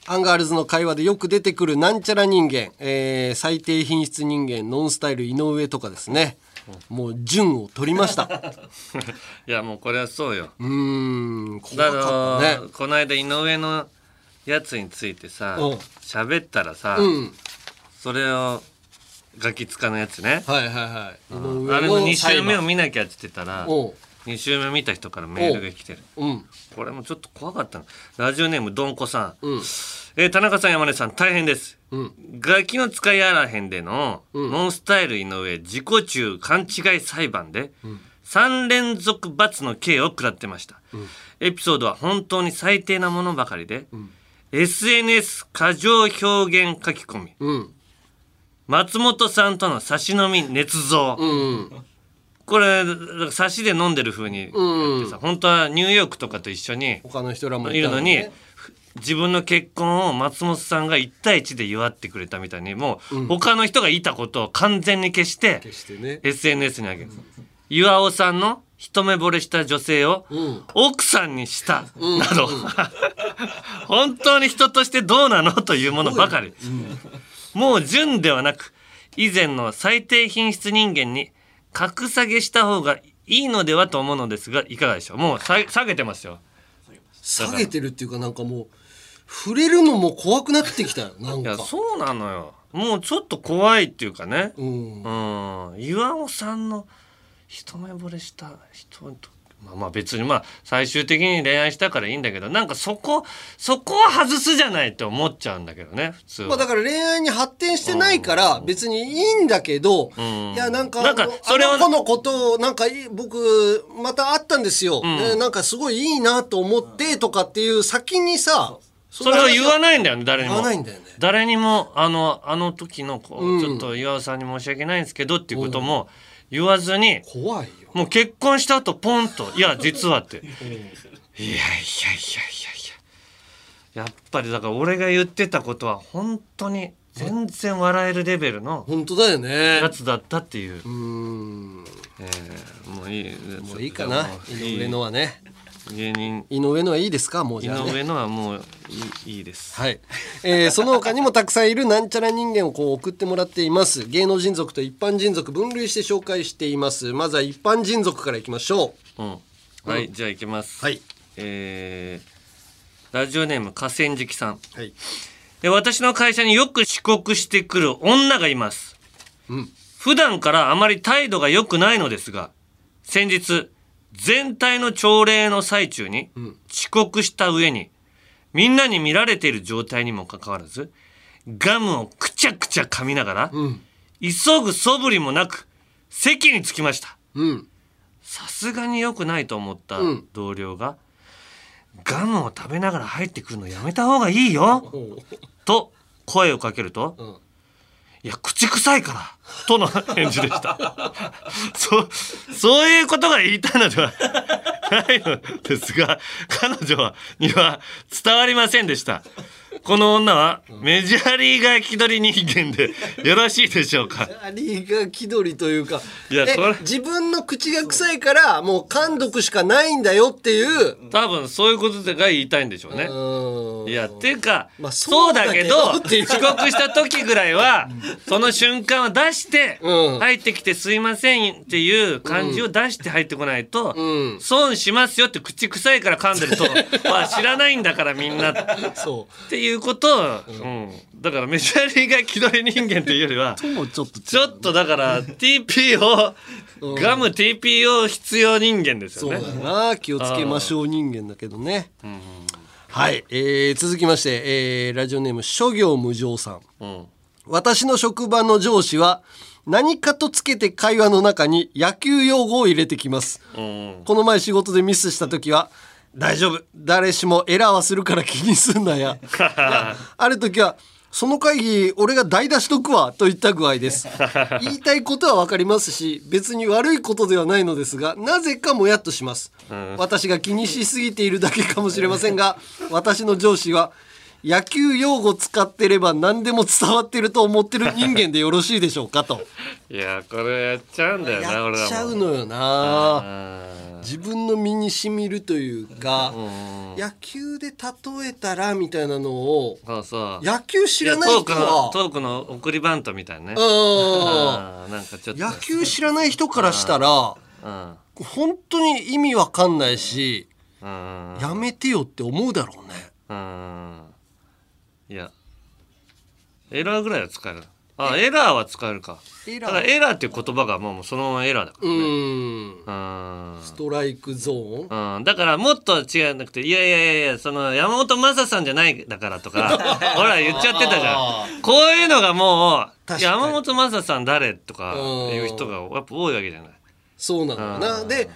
アンガールズの会話でよく出てくるなんちゃら人間、えー最低品質人間ノンスタイル井上とかですねもう順を取りましたいやもうこれはそうようーん怖だかかったら、ねこの間井上のやつについてさうん喋ったらさ、うんそれをガキ使のやつねはいはいはい井上あれの2裁週判目を見なきゃって言ってたらおう2週目見た人からメールが来てるうんこれもちょっと怖かったのラジオネームどんこさん、えー田中さん山根さん大変です、ガキの使いあらへんでの、ノンスタイル井上自己中勘違い裁判で、3連続罰の刑を食らってました、エピソードは本当に最低なものばかりで、SNS 過剰表現書き込み、うん松本さんとの差し飲み捏造、うんこれだから差しで飲んでる風にやってさ、本当はニューヨークとかと一緒に他の人らもいるのに、ね自分の結婚を松本さんが1対1で祝ってくれたみたいにもう他の人がいたことを完全に消して決してね SNS に上げる岩尾さんの一目惚れした女性をん奥さんにしたなど 本当に人としてどうなのというものばかりもう純ではなく以前の最低品質人間に格下げした方がいいのではと思うのですがいかがでしょうもう下げ下げてますよ下げてるっていうかなんかもう触れるのも怖くなってきたよなんいやかそうなのよもうちょっと怖いっていうかねううんん岩尾さんの一目惚れした人とまあまあ別にまあ最終的に恋愛したからいいんだけどなんかそこそこは外すじゃないって思っちゃうんだけどね普通はまあだから恋愛に発展してないから別にいいんだけど、んいやなんかなんかあのそれはあの子のことをなんかいい僕また会ったんですよ、ねなんかすごいいいなと思ってとかっていう先にさ、それを言わいないんだよね誰に言もわないんだよね誰にもあのあの時のこう、うんちょっと岩尾さんに申し訳ないんですけどっていうことも言わずに、怖いよもう結婚した後ポンと「いや実は」 って「いやいやいやいやいややっぱりだから俺が言ってたことは本当に全然笑えるレベルの本当だよねやつだったっていう、うーんもえーもういいもういいかなう井上のはね芸人井上のはいいですかもう井じゃあ、ね、上のはもういいいいですはい、えーその他にもたくさんいるなんちゃら人間をこう送ってもらっています芸能人族と一般人族分類して紹介していますまずは一般人族からいきましょうん、はい、じゃあ行きます。はい。えーラジオネーム河川敷さん。はい。で、私の会社によく遅刻してくる女がいます。ん普段からあまり態度が良くないのですが、先日、全体の朝礼の最中に遅刻した上に、みんなに見られている状態にもかかわらず、ガムをくちゃくちゃ噛みながら、急ぐ素振りもなく、席に着きました。ううんさすがに良くないと思ったうん同僚が、ガムを食べながら入ってくるのやめた方がいいよと声をかけると、んいや口臭いからとの返事でした そそういうことが言いたいのではないのですが彼女はには伝わりませんでしたこの女はメジャーリーガー気取り人間でよろしいでしょうかありが気取りというかいやえそれ自分の口が臭いからもう噛んどくしかないんだよっていう多分そういうことが言いたいんでしょうねうーんいやっていうか、まあそうだけどそうだけど遅刻した時ぐらいはその瞬間は出して、うん入ってきて「すいません」っていう感じを出して入ってこないと、うん損しますよって口臭いから噛んで るとは知らないんだからみんなっそていうことを、うんだからメジャーリーガー気取り人間というよりはもうちょっとちょっとだから TPO ガム TPO 必要人間ですうよそうね。だな気をつけましょう人間だけどねはい、えー続きまして、えーラジオネーム諸行無常さんうん私の職場の上司は何かとつけて会話の中に野球用語を入れてきます、うんこの前仕事でミスした時は「大丈夫誰しもエラーはするから気にすんなや」 ある時は「その会議俺が代打しとくわ」といった具合です 言いたいことは分かりますし別に悪いことではないのですがなぜかもやっとします、私が気にしすぎているだけかもしれませんが私の上司は野球用語使ってれば何でも伝わってると思ってる人間でよろしいでしょうかと いやこれやっちゃうんだよなや俺はもう。っちゃうのよなあー自分の身にしみるというか、野球で例えたらみたいなのをそうそう野球知らない人いやトーはクのトークの送りバントみたいなねうんあーなんかちょっと野球知らない人からしたらうん本当に意味わかんないしうんやめてよって思うだろうねうんいやエラーぐらいは使えるあエラーは使えるかエラだかーらエラーっていう言葉がもうもうそのままエラーだかうんらうんストライクゾーンうん、だからもっと違うなくて「いやいやいやいやその山本昌さんじゃないだから」と かほら言っちゃってたじゃんこういうのがもう「確かに山本昌さん誰?」とかいう人がやっぱ多いわけじゃない。そうなんだよなうんで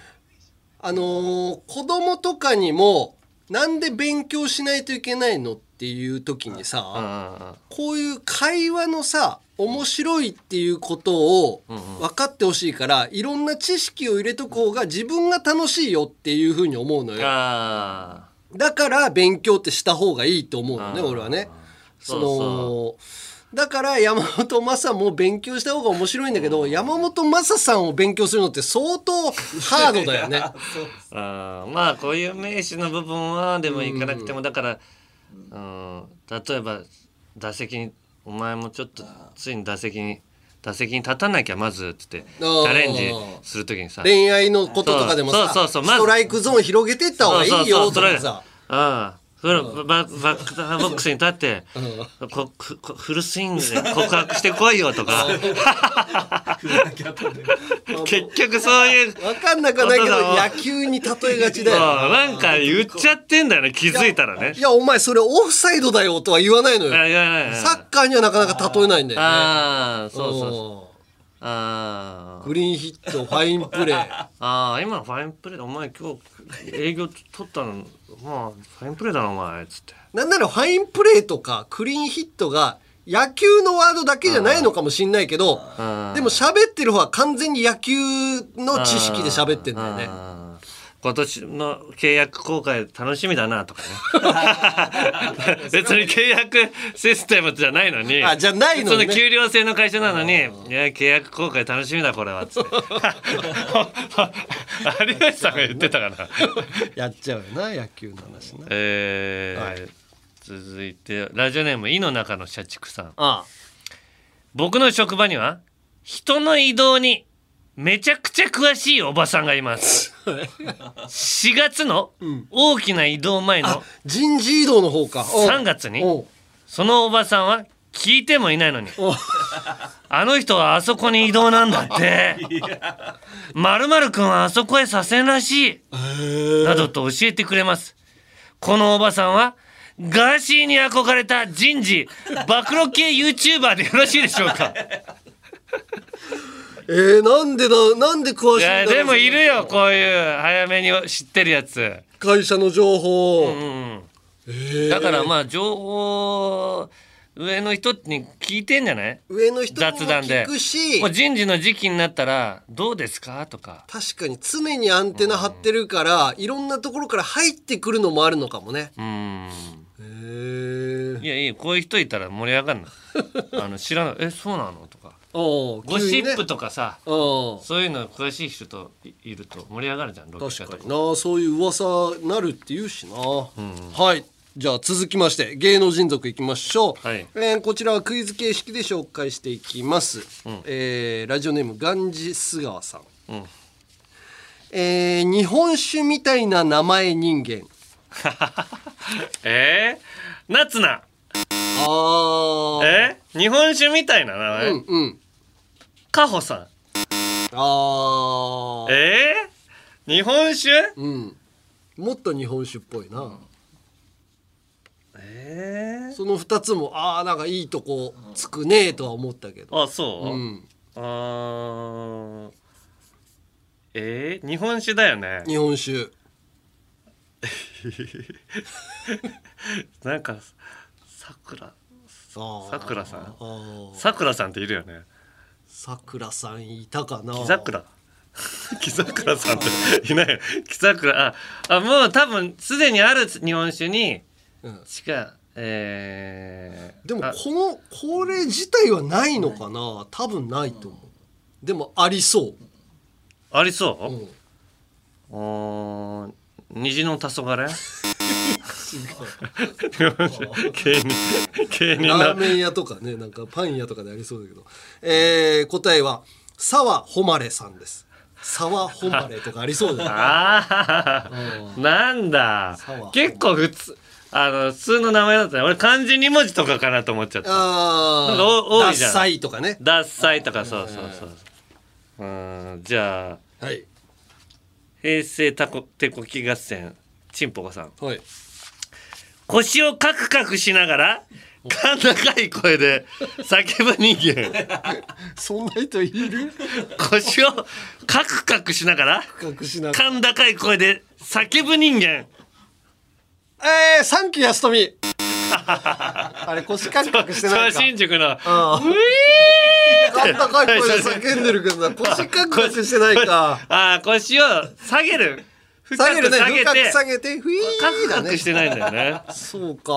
あのー子供とかにもなんで勉強しないといけないのっていう時にさ、うんこういう会話のさ面白いっていうことを分かってほしいから、いろんな知識を入れとく方が自分が楽しいよっていうふうに思うのよああだから勉強ってした方がいいと思うのねあー俺はねそのそうそだから山本昌も勉強した方が面白いんだけど、山本昌さんを勉強するのって相当ハードだよ ねあーまあこういう名詞の部分はでもいかなくても、だから、うん、例えば打席に「お前もちょっとついに打席に打席に立たなきゃまず」っつってチャレンジする時にさ恋愛のこととかでもさそうそうそうまずストライクゾーン広げてった方がいいよとかさああフルバババックターボックスに立って、こここフルスイングで告白してこいよと か結局そういう分かんなくはないけどそうそう野球に例えがちそだう よねなんか言っちゃってんだよね気づいたらねい。や、お前それオフサイドだよとは言わないのあよ。いやいやいやサッカーにはなかなか例えないんだよね。ああそうそうそうそあグリーンヒット、ファインプレー。 あああ今のファインプレーお前今日営業取ったのまあファインプレーだなお前っつってなんならファインプレーとかクリーンヒットが野球のワードだけじゃないのかもしんないけど、うんでも喋ってる方は完全に野球の知識で喋ってんだよね。あー今年の契約公開楽しみだなと かね別に契約システムじゃないのにあじゃないのにねその給料制の会社なのに「いや契約公開楽しみだこ れは」 つって有吉さんが言ってたか な やっちゃうよな、野球の話な。えー続いてラジオネーム「井の中の社畜さん」あ僕の職場には人の移動にめちゃくちゃ詳しいおばさんがいます4月の大きな移動前の人事異動の方か。おう3月におうそのおばさんは聞いてもいないのにあの人はあそこに移動なんだってまるまるくんはあそこへ左遷らしいなどと教えてくれますこのおばさんはガーシーに憧れた人事暴露系 YouTuber でよろしいでしょうかえー、なんでだ、なんで詳しいんいだやろうでもいるよこういう早めに知ってるやつ、会社の情報。うんだからまあ情報上の人に聞いてんじゃない上の人にも雑談で聞くしもう人事の時期になったら「どうですか?」とか確かに常にアンテナ張ってるから、いろんなところから入ってくるのもあるのかもね。うんへいえ。やいいこういう人いたら盛り上 がるのあの知らない「えそうなの?」とかおうゴシップと。とかさおうそういうの詳しい人といいると盛り上がるじゃんロケ確車かとかになそういう噂なるって言うしな、はいじゃあ続きまして芸能人族いきましょう、はいえーこちらはクイズ形式で紹介していきます、えーラジオネームガンジス川さん、うんえー日本酒みたいな名前人間えー、ナツナあーえ日本酒みたいな名前、うんうんカホさんあーえー、日本酒うんもっと日本酒っぽいな、えその2つもああなんかいいとこつくねえとは思ったけどー、あそう、うんあーえー、日本酒だよね日本酒なんかさくらささくらさんあーさくらさんっているよねさくらさんいたかな木桜 木桜さんっていないよ木桜ああもう多分すでにある日本酒にうんしか、えー、でもあこのこれ自体はないのかな多分ないと思うでもありそうありそう、うんうーん虹の黄昏芸人芸人ラだーメン屋とかねなんかパン屋とかでありそうだけど、えー、答えは沢誉さんです沢誉とかありそ うだよねああなんだ結構普通あの普通の名前だったね俺漢字二文字とかかなと思っちゃったあなんかあお多いじゃんダサいとかね「獺祭」とかそうそうそううーんじゃあはい平成たこ手こき合戦ちんぽこさんはい腰をカクカクしながら甲高い声で叫ぶ人間そんな人いる腰をカクカクしながら隠しながら甲高い声で叫ぶ人間えー、サンキュー 安富あれ腰カクカクしてない東か新宿のああ高い声で叫んでるけどな腰カクカクしてないかあー腰を下げる深下げるくね下げて深く下げてふいーカクだカねクしてないんだよねそうか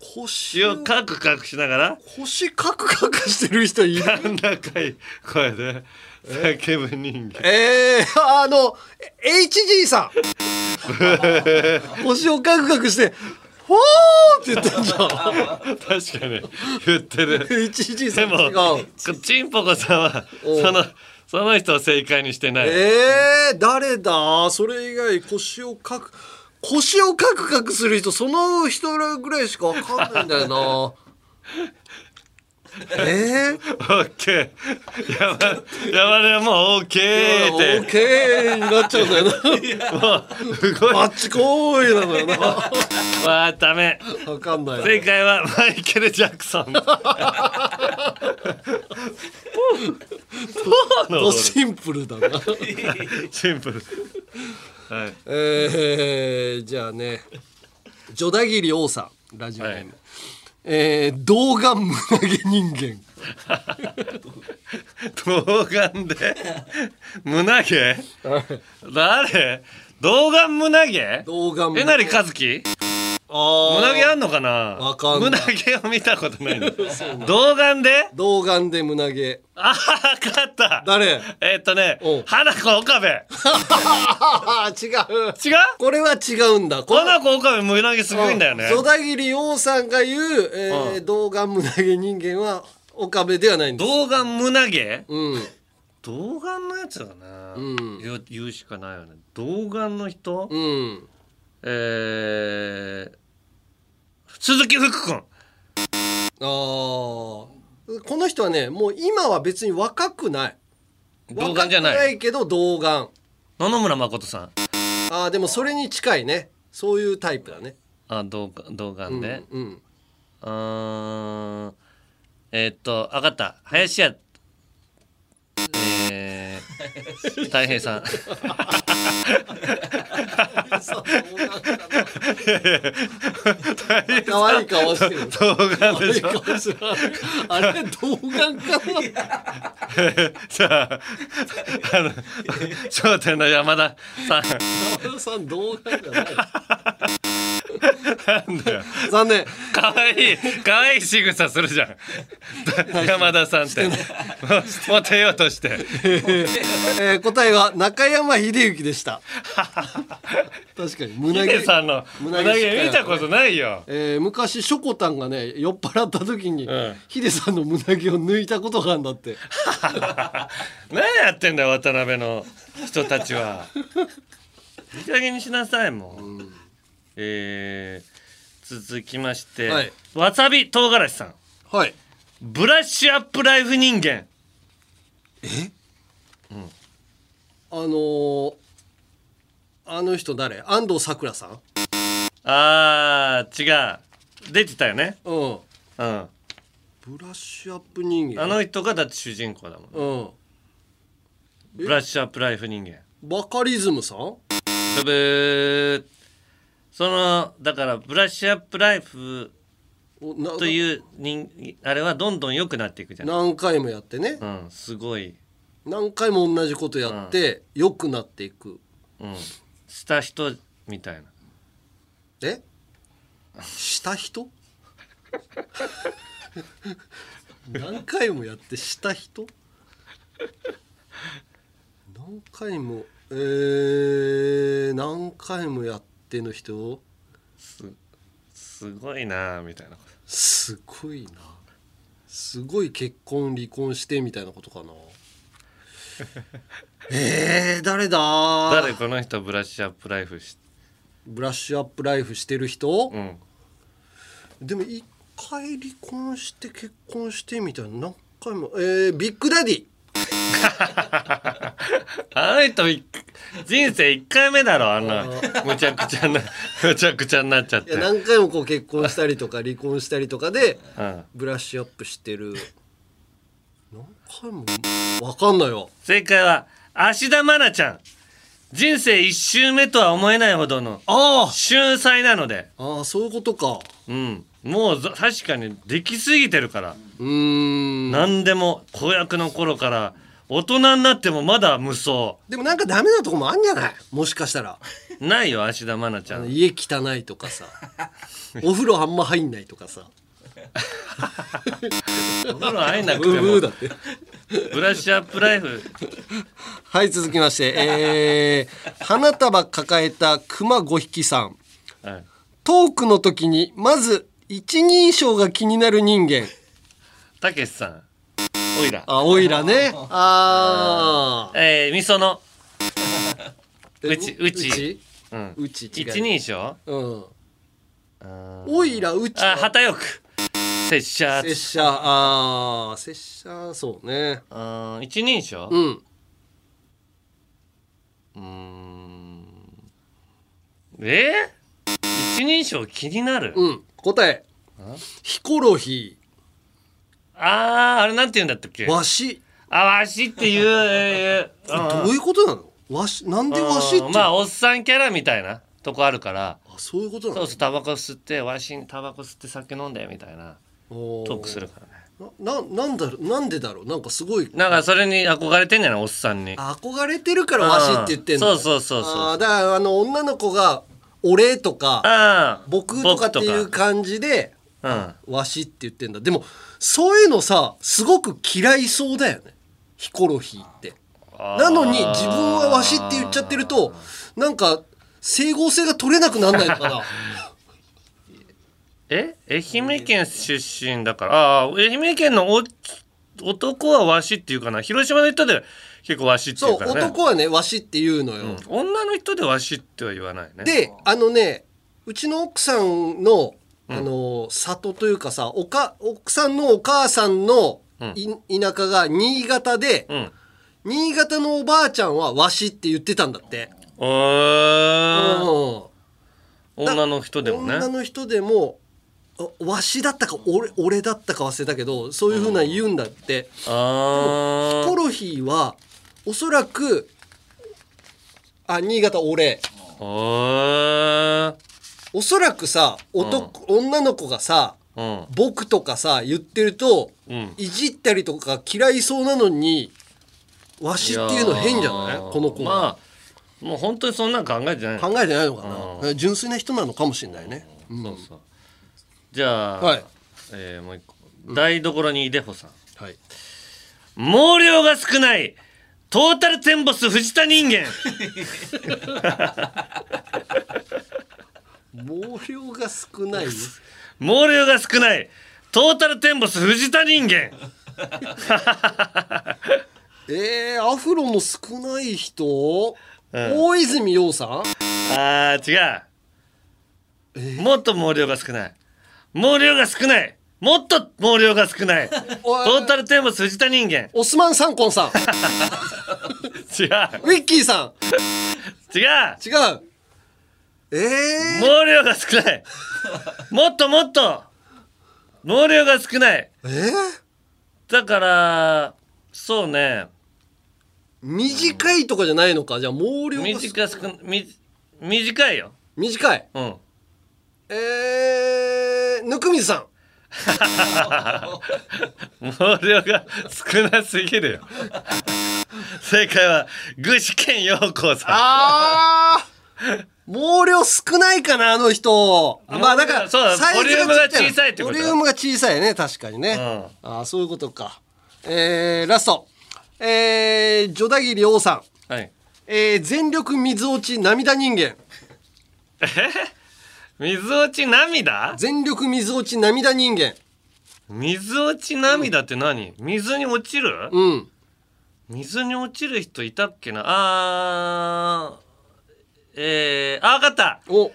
腰腰をカクカクしながら腰カクカクしてる人い る甲高い声で叫ぶ人間えー、あの HG さ ん腰をカクカクして「ほー!」って言ってんじゃん確かに言ってる HG さでんも違うちんぽこさんはそのその人を正解にしてない、えー、誰だそれ以外腰をかく腰をカクカクする人その人らぐらいしかわかんないんだ よなえー、オッケー山山根はもうオッケーってオーケーになっちゃうんだよなもうすごいあっちこーいなのよなわわあダメかんない正解はマイケル・ジャクソンとシンプルだなシンプルはいえー、じゃあねジョダギリ王さんラジオネーム、はいえー、動画胸毛人間動画で胸毛誰動画胸毛動画え胸なりかずきあ胸毛ーあんのかなわかんない胸毛を見たことないの動画で動画で胸毛あーわかった誰えーっとねうん花子岡部違うあー違うこれは違うんだこ花子岡部胸毛すごいんだよねジョダギリ王さんが言う、えー動画胸毛人間は岡部ではないんです動画胸毛うん動画のやつだな、うん言う言うしかないよね動画の人、うんえー、鈴木福君ああこの人はねもう今は別に若くない動画じゃな若くないいけど童顔野々村誠さんああでもそれに近いねそういうタイプだねあ動画動画ねうん、うん、うーんえーっと分かった林家え ー、太平さん可愛い顔し てる動画でしょ可愛い顔してるあれ童顔かなさああの『笑点』の山田さん山田さん童顔じゃない なんだよ残念かわいいかわいい仕草するじゃんだ山田さんってもうモテようとしてえー、答えは中山秀幸でした確かに胸毛ヒデさんの胸胸毛しっかりある毛ね見たことないよえー昔しょこたんがね酔っ払った時に、んヒデさんの胸毛を抜いたことがあるん だって何やってんだよ渡辺の人たちはいい加減にしなさいもう、えー続きまして、はいわさび唐辛子さんはいブラッシュアップライフ人間あのー、あの人誰安藤サクラさんあー違う出てたよねうんうんブラッシュアップ人間あの人がだって主人公だもんうんブラッシュアップライフ人間バカリズムさんブブーそのだからブラッシュアップライフおなという人あれはどんどん良くなっていくじゃん何回もやってね、うんすごい、何回も同じことやって、良くなっていくうん、した人みたいなえした人何回もやってした人何回もえー、何回もやっての人すごいなみたいなこすごいなすごい結婚離婚してみたいなことかなえー、誰だと誰この人ブラッシュアップライフしブラッシュアップライフしてる人、うんでも一回離婚して結婚してみたいな何回もえー、ビッグダディあの人い人生1回目だろあんなむちゃくちゃなむちゃくちゃになっちゃっいてや何回もこう結婚したりと か離婚したりとかでうんブラッシュアップしてる何回も分かんないわ正解は芦田愛菜ちゃん人生1周目とは思えないほどのあ秀才なのでああそういうことかうんもうざ確かにできすぎてるから、うーん何でも子役の頃から大人になってもまだ無双でもなんかダメなとこもあんじゃないもしかした らないよ芦田愛菜ちゃん家汚いとか さお風呂あんま入んないとかさお風呂入んなくブてーブーもだってブラッシュアップライフはい続きましてえー、花束抱えた熊5匹さんはいトークの時にまず一人称が気になる人間たけしさんおいらあおいらねああえー、みそのえうちうちうちうんうち違う一人称うんおいらうちあ旗よく拙者拙者あー拙者そうねうん一人称うんうーんえー、一人称気になる、うん答えヒコロヒあーあれなんて言うんだったっけーわしあわしっていう、えーうんどういうことなのわしなんでわしってうんまあおっさんキャラみたいなとこあるからあそういうことなそのうそうタバコ吸ってわしにタバコ吸って酒飲んでみたいなおートークするからねなななんだろうなんでだろうなんかすごいなんかそれに憧れてんじゃないおっさんに憧れてるからわしって言ってんのうんそうそうそうそうあーだからあの女の子が「俺」とかあ「僕」とかっていう僕と感じでか「わし」って言ってんだでもそういうのさすごく嫌いそうだよねヒコロヒーってうんなのに自分はわしって言っちゃってるとなんか整合性が取れなくなんないのか なえ愛媛県出身だからああ愛媛県のお男はわしっていうかな広島の人で結構わしっていそううからね男はねわしって言うのよ、女の人でわしっては言わないねであのねうちの奥さんのあの里というかさおか奥さんのお母さんのい、田舎が新潟で、うん新潟のおばあちゃんはわしって言ってたんだって、おーう女の人でんもね女の人でもあわしだったか俺俺だったか忘れたけどそういうふうな言うんだって、ヒあコロヒーはおそらくあ新潟俺ああおそらくさ男、女の子がさうん僕とかさ言ってると、うんいじったりとか嫌いそうなのにわしっていうの変じゃないやーこの子は、まあもう本当にそんなん考えてない考えてないのかな、純粋な人なのかもしれないね、うんそうそうじゃあ、はいえーもう一個台所にいでほさんはい毛量が少ないトータルテンボス藤田人間毛量が少 ない毛量が少ないトータルテンボス藤田人間えー、アフロの少ない人、大泉洋さんあー違う、もっと毛量が少ない毛量が少ないもっと毛量が少ないトータルテンボス藤田人間オスマン・サンコ ンさ違んうウィッキーさ違うん違うえー、毛量が少ないもっともっと毛量が少ないえー、だからそうね短いとかじゃないのかじゃあ毛量が少短すくみ短いよ短いうんえー、ぬくみずさん毛量が少なすぎるよ正解は具志堅用高さんあー毛量少ないかなあの人まあだからそうだサイズちっちボリューゃムが小さいってことボだリュームが小さいね確かにね、んああそういうことかえー、ラストえー、ジョダギリ王さんはいえー全力水落ち涙人間水落ち涙全力水落ち涙人間水落ち涙って何水に落ちるうん水に落ちる人いたっけなあーえー、あ、わかったお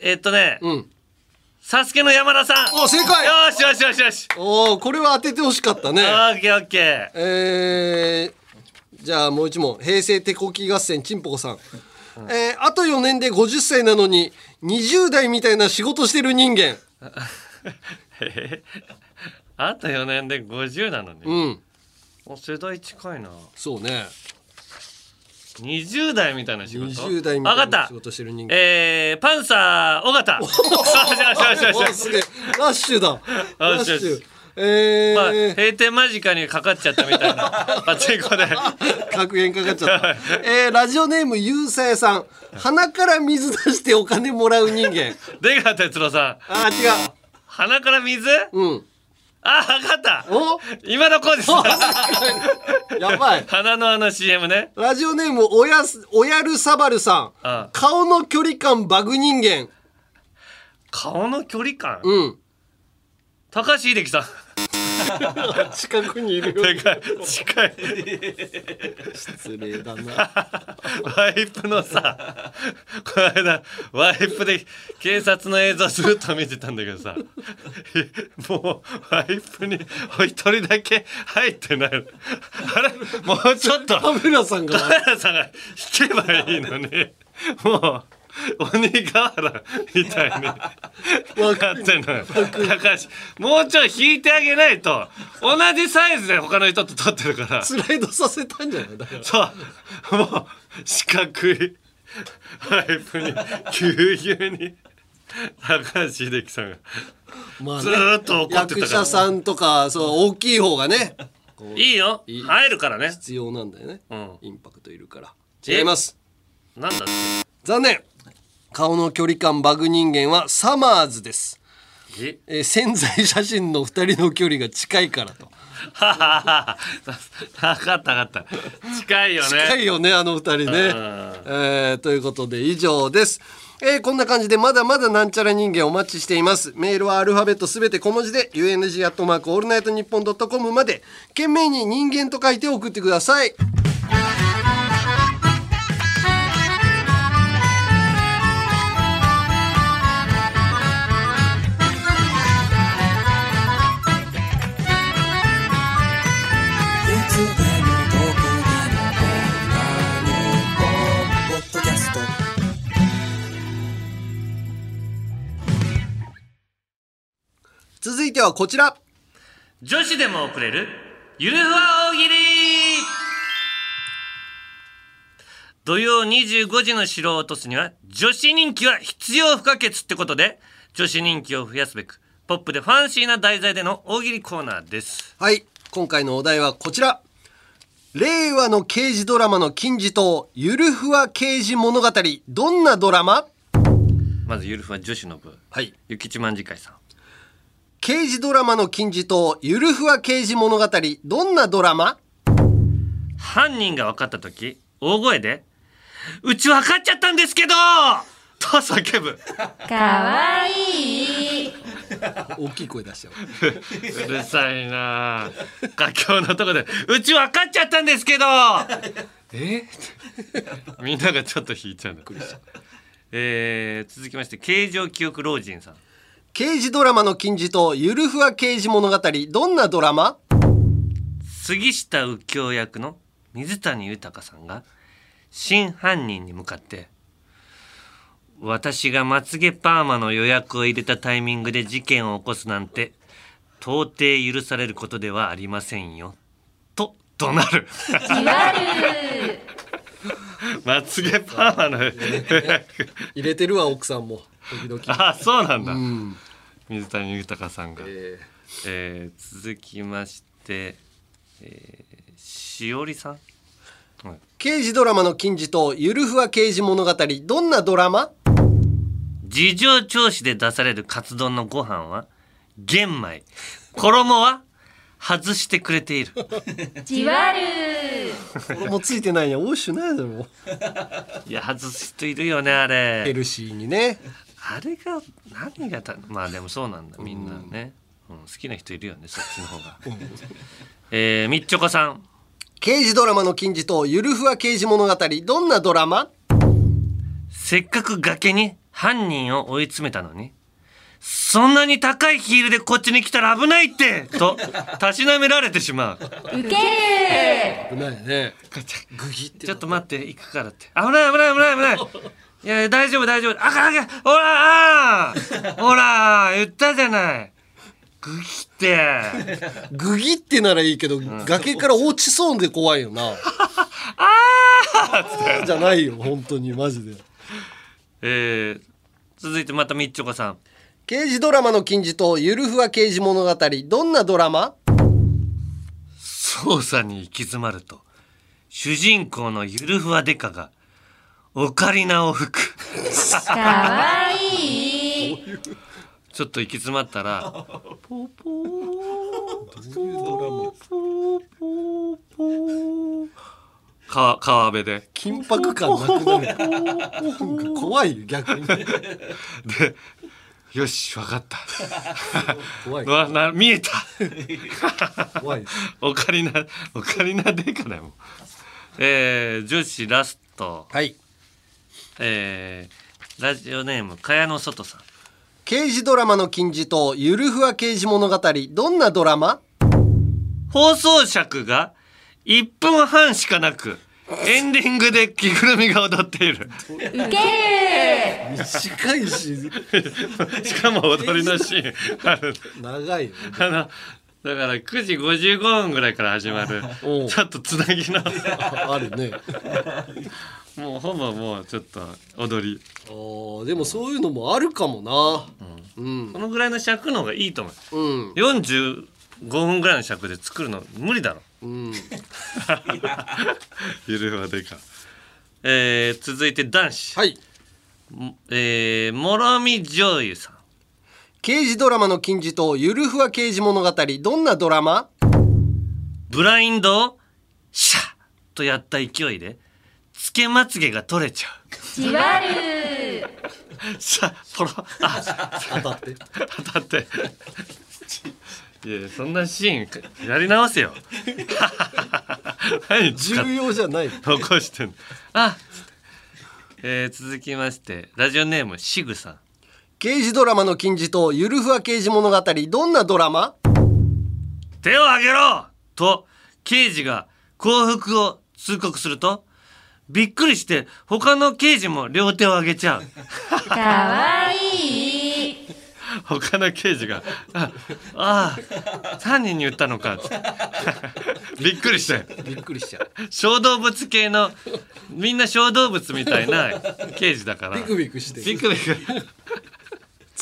えーっとね、うんサスケの山田さんお正解よしよしよしよしおーこれは当ててほしかったねオッケーオッケーえーじゃあもう一問平成手こき合戦ちんぽこさん、えーあと4年で50歳なのに20代みたいな仕事してる人間あと4年で50なのに、うんもう世代近いなそうね20代みたいな仕事20代みたいわかなっ仕た事してる人間えー、パンサー尾形よしよしよしおよーしすげえラッシュだララッッシシュュえまあ、ー閉店間近にかかっちゃったみたい なパチンコで格言かかっちゃった、えーラジオネームゆうさやさん鼻から水出してお金もらう人間出川哲朗さんあー違鼻から水ううんあわかったお今の子ですやばい鼻のあの CM ねラジオネームおやすおやるさばるさんあ顔の距離感バグ人間顔の距離感、うん高橋英樹さん近くにいるよでかい近い失礼だなワイプのさこの間ワイプで警察の映像ずっと見てたんだけどさもうワイプにお一人だけ入ってないあれもうちょっと 田村さんカがメラさんが引けばいいのにもう鬼瓦みたいになってんのよ高橋もうちょい引いてあげないと同じサイズで他の人と撮ってるからスライドさせたんじゃないだからそうもう四角いパイプにぎゅうぎゅうに高橋英樹さんがまあずーっと怒って役たか者らさんとかそう大きい方がねいいよ入るからね必要なんだよね、んインパクトいるからえ違いますなんだって残念顔の距離感バグ人間はサマーズですええー潜在写真の2人の距離が近いからとはははは分かった分かった近いよね近いよねあの二人ね、えーということで以上ですえーこんな感じでまだまだなんちゃら人間お待ちしていますメールはアルファベットすべて小文字で UNG アットマークオールナイトニッポンドットコムまで懸命に人間と書いて送ってください続いてはこちら女子でも送れるゆるふわ大喜利土曜25時の城を落とすには女子人気は必要不可欠ってことで女子人気を増やすべくポップでファンシーな題材での大喜利コーナーですはい今回のお題はこちら令和の刑事ドラマの金字塔ゆるふわ刑事物語どんなドラマまずゆるふわ女子の部はいゆきちまんじかいさん刑事ドラマの金字塔ゆるふわ刑事物語どんなドラマ犯人が分かった時大声で「うち分かっちゃったんですけど!」と叫ぶかわいい大きい声出しちゃうるさいなあ佳境のとこで「うち分かっちゃったんですけど!」 え みんながちょっと引いちゃうんだえー、続きまして形状記憶老人さん刑事ドラマの金字塔ゆるふわ刑事物語どんなドラマ杉下右京役の水谷豊さんが真犯人に向かって「私がまつげパーマの予約を入れたタイミングで事件を起こすなんて到底許されることではありませんよ」と怒鳴る。 まつげパーマの入れてるわ奥さんも時々 あそうなんだ、水谷豊さんが、えー続きまして、えーしおりさん刑事ドラマの金字塔ゆるふわ刑事物語どんなドラマ事情聴取で出されるカツ丼のご飯は玄米衣は外してくれているじわる俺もついてないや美味しくないだろいや外す人いるよねあヘれルシーにねあれが何がたまあでもそうなんだみんなね、うん好きな人いるよねそっちの方が、えー、みっちょこさん刑事ドラマの金字塔ゆるふわ刑事物語どんなドラマせっかく崖に犯人を追い詰めたのにそんなに高いヒールでこっちに来たら危ないってとたしなめられてしまう受ける危ないねグギってちょっと待って行くからって危ない危ない危ない危ないいや大丈夫大丈夫あかんあかんほらあーほら言ったじゃないグギってグギってならいいけど、崖から落ちそうで怖いよな ああじゃないよ本当にマジでえー、続いてまたみっちょこさん刑事ドラマの金字塔ゆるふわ刑事物語どんなドラマ捜査に行き詰まると主人公のゆるふわデカがオカリナを吹くかわいいちょっと行き詰まったらポポ川川辺で緊迫感なくなるなんか 怖いよ逆によしわかった怖いわな見えた怖いオカリナオカリナデカだよもうえー、女子ラストはいえー、ラジオネームかやの外さん刑事ドラマの金字塔ゆるふわ刑事物語どんなドラマ放送尺が1分半しかなくエンディングで着ぐるみが踊っている受ける短いし しかも踊りのシーンある長いよあのだから9時55分ぐらいから始まるおうちょっとつなぎのあるねもうほぼもうちょっと踊りあーでもそういうのもあるかもなうんこのぐらいの尺の方がいいと思ううん45分ぐらいの尺で作るの無理だろ うんゆるふわでか、えー、続いて男子、はいえー、もろみ醤油さん刑事ドラマの金字塔ゆるふわ刑事物語どんなドラマブラインドをシャッとやった勢いでつけまつげが取れちゃじわる うシャッポロあ当たって当たっていやそんなシーンやり直せよ 何使っ重要じゃない残してんのあ、えー、続きましてラジオネームシグさん刑事ドラマの金字塔ゆるふわ刑事物語どんなドラマ手を挙げろと刑事が降伏を通告するとびっくりして他の刑事も両手を挙げちゃうかわいい他の刑事が「ああ3人に言ったのか」つってびっくりしてびっくりしちゃう小動物系のみんな小動物みたいな 刑事だからビクビクしてビクビク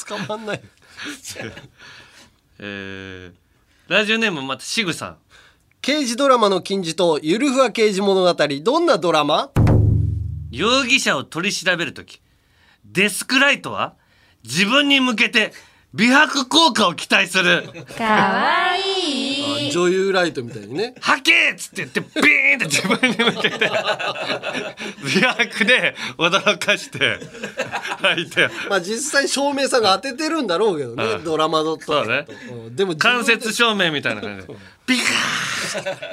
捕まんないえーラジオネームまたシグさん刑事ドラマの金字塔ゆるふわ刑事物語どんなドラマ容疑者を取り調べるときデスクライトは自分に向けて美白効果を期待するかわいい女優ライトみたいにね「はけ!」っつって言ってビーンって自分に向けて美白で驚かして相手をまあ実際照明さんが当ててるんだろうけどねドラマだとそうねうんでも自分間で接照明みたいな感じでビカ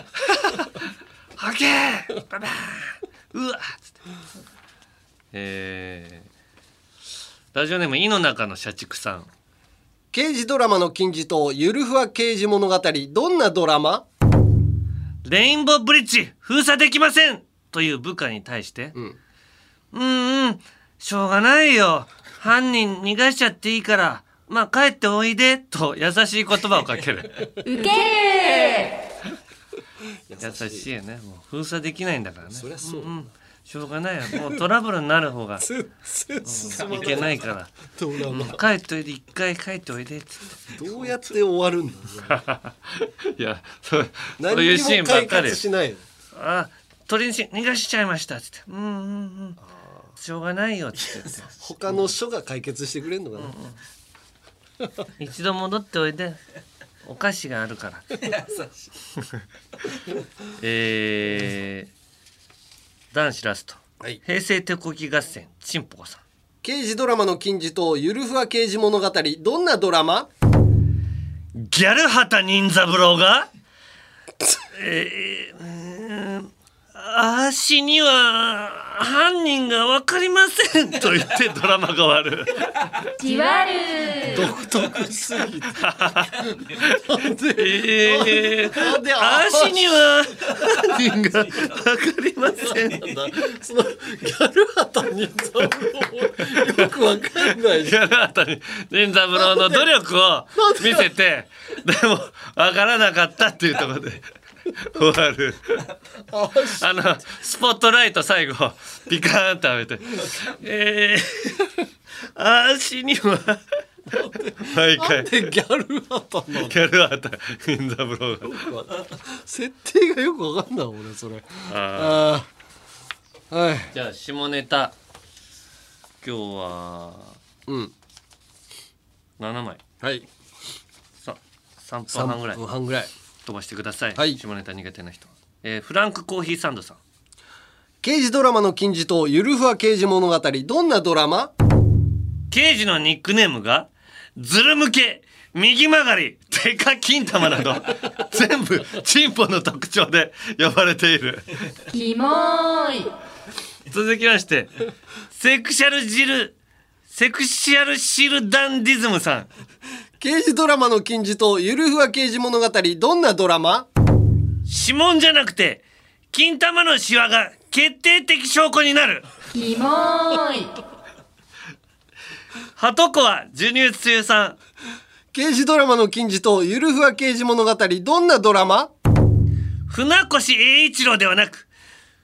ーはけーババーンうわっつってえーラジオネーム「井の中の社畜さん」刑事ドラマの金字塔ゆるふわ刑事物語どんなドラマ、レインボーブリッジ封鎖できませんという部下に対して、うんうんしょうがないよ犯人逃がしちゃっていいからまあ帰っておいでと優しい言葉をかける受ける優しいよねもう封鎖できないんだからねそりゃそうだんん、しょうがないよもうトラブルになる方がい全然進けないからドラマ帰っておいで一回帰っておいでっつっどうやって終わるんだろていやそううそう何いうにシーンもばっ解かり決しないあ鳥にし逃がしちゃいましたっつってうんうんうんしょうがないよっつってって 他の書が解決してくれんのかな一度戻っておいでお菓子がある から。えー、男子ラスト、はい平成手こき合戦ちんぽこさん刑事ドラマの金字塔ゆるふわ刑事物語どんなドラマギャル畑任三郎が えーうーん足には犯人が分かりません と言ってドラマが終わるじわるえー、なんで足には犯人が分かりませんなんだそのギャル畑任三郎よくわかんないギじゃャんル畑任三郎の努力を見せてでも分からなかったっていうところで終わる。ああのスポットライト最後ピカーンと浴びて「え ー、足には毎回ギでギャル畑なのャルアタ銀座ブロー設定がよくわかんない俺それが」ああはいじゃあ下ネタ今日はうん7枚はいさ3分半ぐらい3分半ぐらい飛ばしてください、はい下ネタ苦手な人は、えーフランクコーヒーサンドさん刑事ドラマの金字塔ゆるふわ刑事物語どんなドラマ刑事のニックネームがズル向け右曲がりデカ金玉な ど全部チンポの特徴で呼ばれているキモーい続きましてセクシャルジルセクシャルシルダンディズムさん刑事ドラマの金字塔ゆるふわ刑事物語どんなドラマ指紋じゃなくて金玉のシワが決定的証拠になるキモーいハトコは授乳中さん刑事ドラマの金字塔ゆるふわ刑事物語どんなドラマ船越英一郎ではなく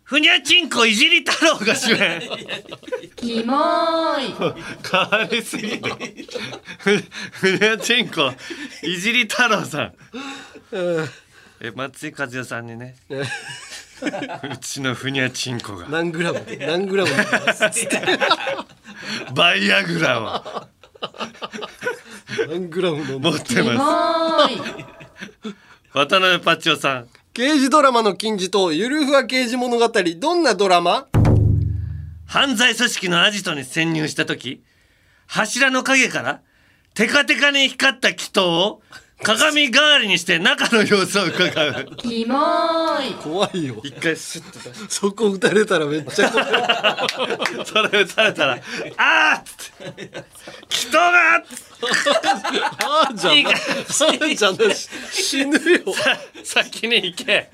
ふにゃちんこいじり太郎が主演キモーい変わりすぎてふふにゃちんこいじり太郎さんえ松井和代さんにねうちのふにゃちんこが何グラム何グラムバイアグラを何グラム飲んだ持ってます 渡辺パチオさん刑事ドラマの金字塔ゆるふわ刑事物語どんなドラマ犯罪組織のアジトに潜入した時柱の陰からテカテカに光った祈祷を鏡代わりにして中の様子を伺うキモーい怖いよ一回スッとそこ打たれたらめっちゃ怖いそれ打たれたら「あーっ!」つって「祈祷が!」っつって あーじゃないあ ーじゃないし死ぬよ 先に行け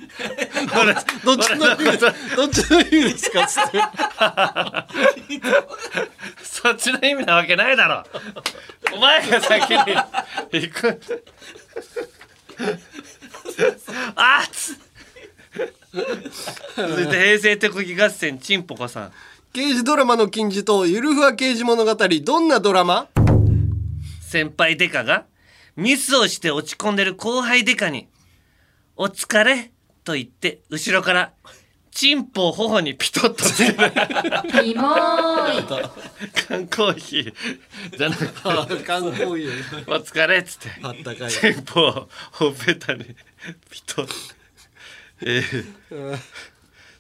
俺どっちの言うどっちの言うですかつって そっちの意味なわけないだろお前が先に行くあっつ続いて平成手こぎ合戦ちんぽこさん刑事ドラマの金字塔ゆるふわ刑事物語どんなドラマ先輩デカがミスをして落ち込んでる後輩デカに「お疲れ」と言って後ろからチンポを頬にピトッとつけるキモーい缶コーヒーじゃなくてあー観光いいよ「お疲れ」っつってあったかいチンポをほっぺたにピトッえー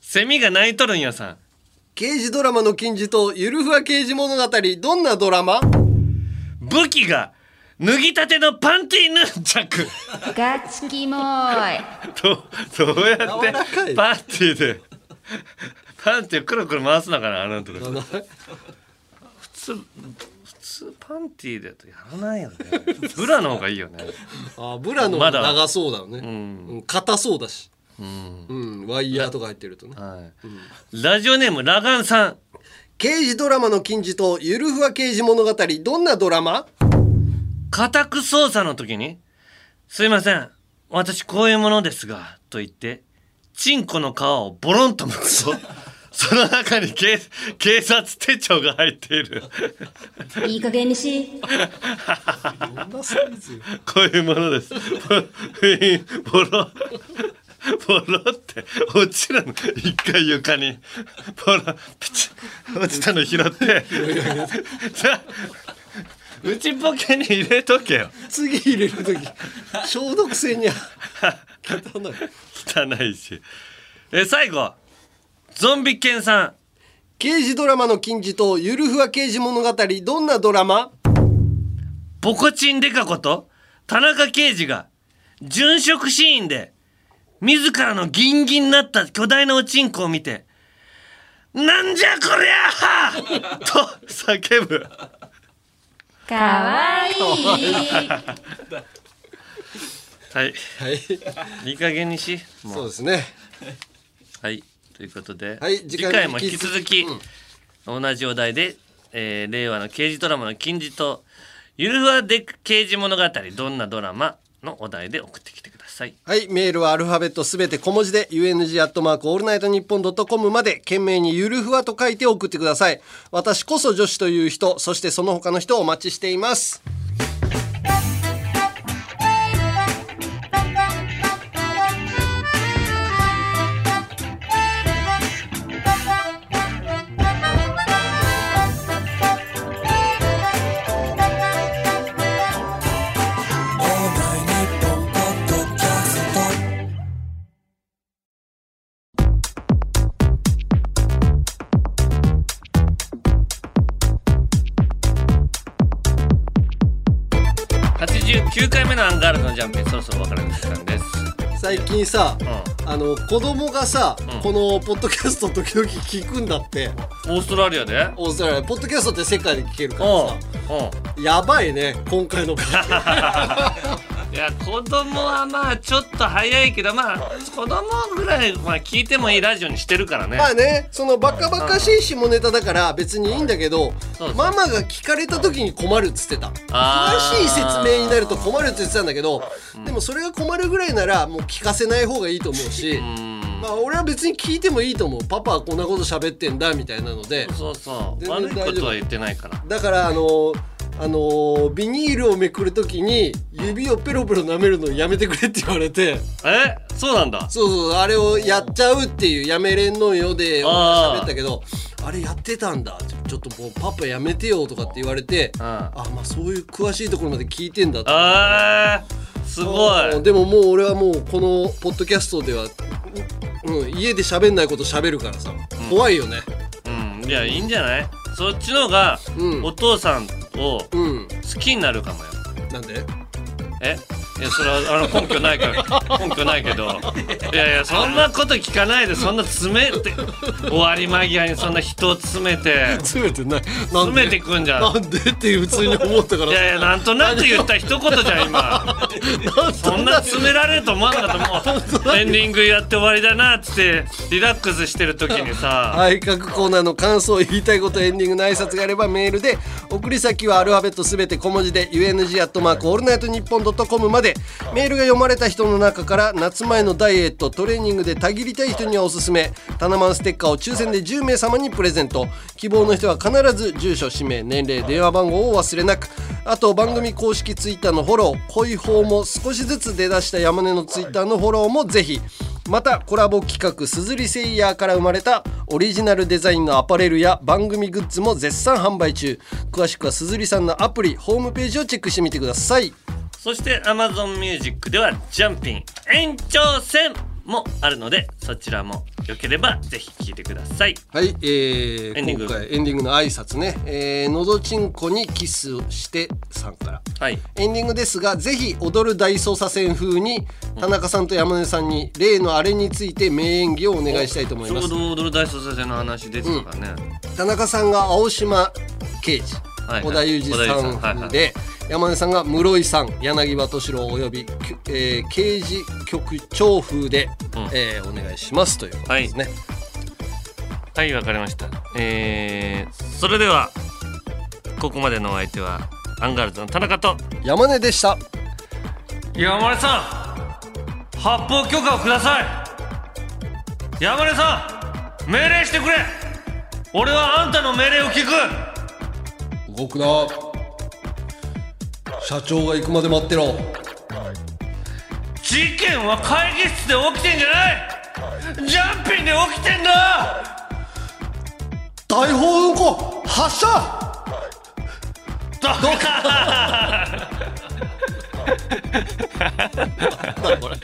セミが鳴いとるんやさん刑事ドラマの金字塔ゆるふわ刑事物語どんなドラマ武器が脱ぎたてのパンティーヌンチャクガチキモーいどどうや柔らっかていパンティーでパンティーをくるくる回すのかなあなた普通普通パンティーだとやらないよねブラの方がいいよねあーブラのま方がだ長そうだよね、んうん硬そうだし、うんワイヤーとか入ってるとねはいラジオネームラガンさん刑事ドラマの金字塔ゆるふわ刑事物語どんなドラマ家宅捜査の時に「すいません私こういうものですが」と言ってチンコの皮をボロンとむくとその中に警警察手帳が入っているいい加減にしこういうものです。ボロボロボロって落ちるの一回床にボロピチッ落ちたの拾ってさ内ポケに入れとけよ次入れる時消毒性にゃ汚い汚いしえ最後ゾンビ犬さん刑事ドラマの金字塔ゆるふわ刑事物語どんなドラマボコチンデカこと田中刑事が殉職シーンで自らのギンギンになった巨大なおちんこを見て「なんじゃこりゃあ!」 と叫ぶかわいいはいはいいい加減にしそうですねはいということで、はい次次回回もも引き続き、同じお題で、えー令和の刑事ドラマの金字塔「ゆるふわで刑事物語どんなドラマ?」のお題で送ってきてください。はいメールはアルファベットすべて小文字で UNG アットマークオールナイトニッポンドットコムまで懸命にゆるふわと書いて送ってください私こそ女子という人そしてその他の人をお待ちしています89回目のアンガールズのジャンピンそろそろお別れの時間です。最近さ、うあの子供がさ、このポッドキャスト時々聞くんだってオーストラリアでオーストラリアポッドキャストって世界で聞けるからおうさおうやばいね今 回の回いや子供はまあちょっと早いけどまあ子供ぐらいまあ聞いてもいいラジオにしてるからねまあねそのバカバカしい下ネタだから別にいいんだけどそうそうママが聞かれた時に困るっつってた詳あーしい説明になると困るって言ってたんだけどでもそれが困るぐらいならもう聞かせない方がいいと思うしまあ俺は別に聞いてもいいと思うパパはこんなこと喋ってんだみたいなのでそうそう全悪然いことは言ってないからだからあのーあのービニールをめくるときに指をペロペロ舐めるのやめてくれって言われてえそうなんだそうそうあれをやっちゃうっていうやめれんのよであー喋ったけどあれやってたんだちょっともうパパやめてよとかって言われてうんああまあそういう詳しいところまで聞いてんだとあーすごいうんでももう俺はもうこのポッドキャストでは、うん、家で喋んないこと喋るからさ怖いよねうんいやいいんじゃないそっちのがうんお父さんを好うんきになるかもよなん でえいやそれはあの根拠ない から根拠ないけどいやいやそんなこと聞かないでそんな詰めて終わり間際にそんな人を詰めて詰めてない詰めてくんじゃんなんでって普通に思ったからいやいやなんとなく言った一言じゃん今そんな詰められると思わなかったもうエンディングやって終わりだなっつってリラックスしてる時にさはい、各コーナーの感想、言いたいこと、エンディングの挨拶があればメールで、送り先はアルファベットすべて小文字で、UNG アットマークオールナイトニッポンドットコムまで、メールが読まれた人の中から、夏前のダイエット、トレーニングでたぎりたい人にはおすすめ、タナマンステッカーを抽選で10名様にプレゼント。希望の人は必ず住所、氏名、年齢、電話番号を忘れなく、あと番組公式ツイッターのフォロー、恋法も少しずつ出だした山根のツイッターのフォローもぜひ、またコラボ企画「すずりセイヤー」から生まれたオリジナルデザインのアパレルや番組グッズも絶賛販売中詳しくはすずりさんのアプリホームページをチェックしてみてくださいそして AmazonMusic では「ジャンピン延長戦」もあるのでそちらもよければぜひ聴いてくださいはい、えーエンディング今回エンディングの挨拶ね「えーのどちんこにキスをして」さんからはいエンディングですがぜひ踊る大捜査線風に田中さんと山根さんに例のあれについて名演技をお願いしたいと思いちょまうすど踊る大捜査線の話出てたからね、田中さんが青島刑事、はいはい小田裕二さん小田裕二さんはいはで、山根さんが室井さん柳葉敏郎および、えー刑事局長風で、うんえーお願いしますということですね、はいわかりましたえー、それではここまでのお相手はアンガールズの田中と山根でした山根さん発砲許可をください山根さん命令してくれ俺はあんたの命令を聞く動くな社長が行くまで待ってろ事件は会議室で起きてんじゃないジャンピンで起きてんだ大砲運行発射ドカなんだこれ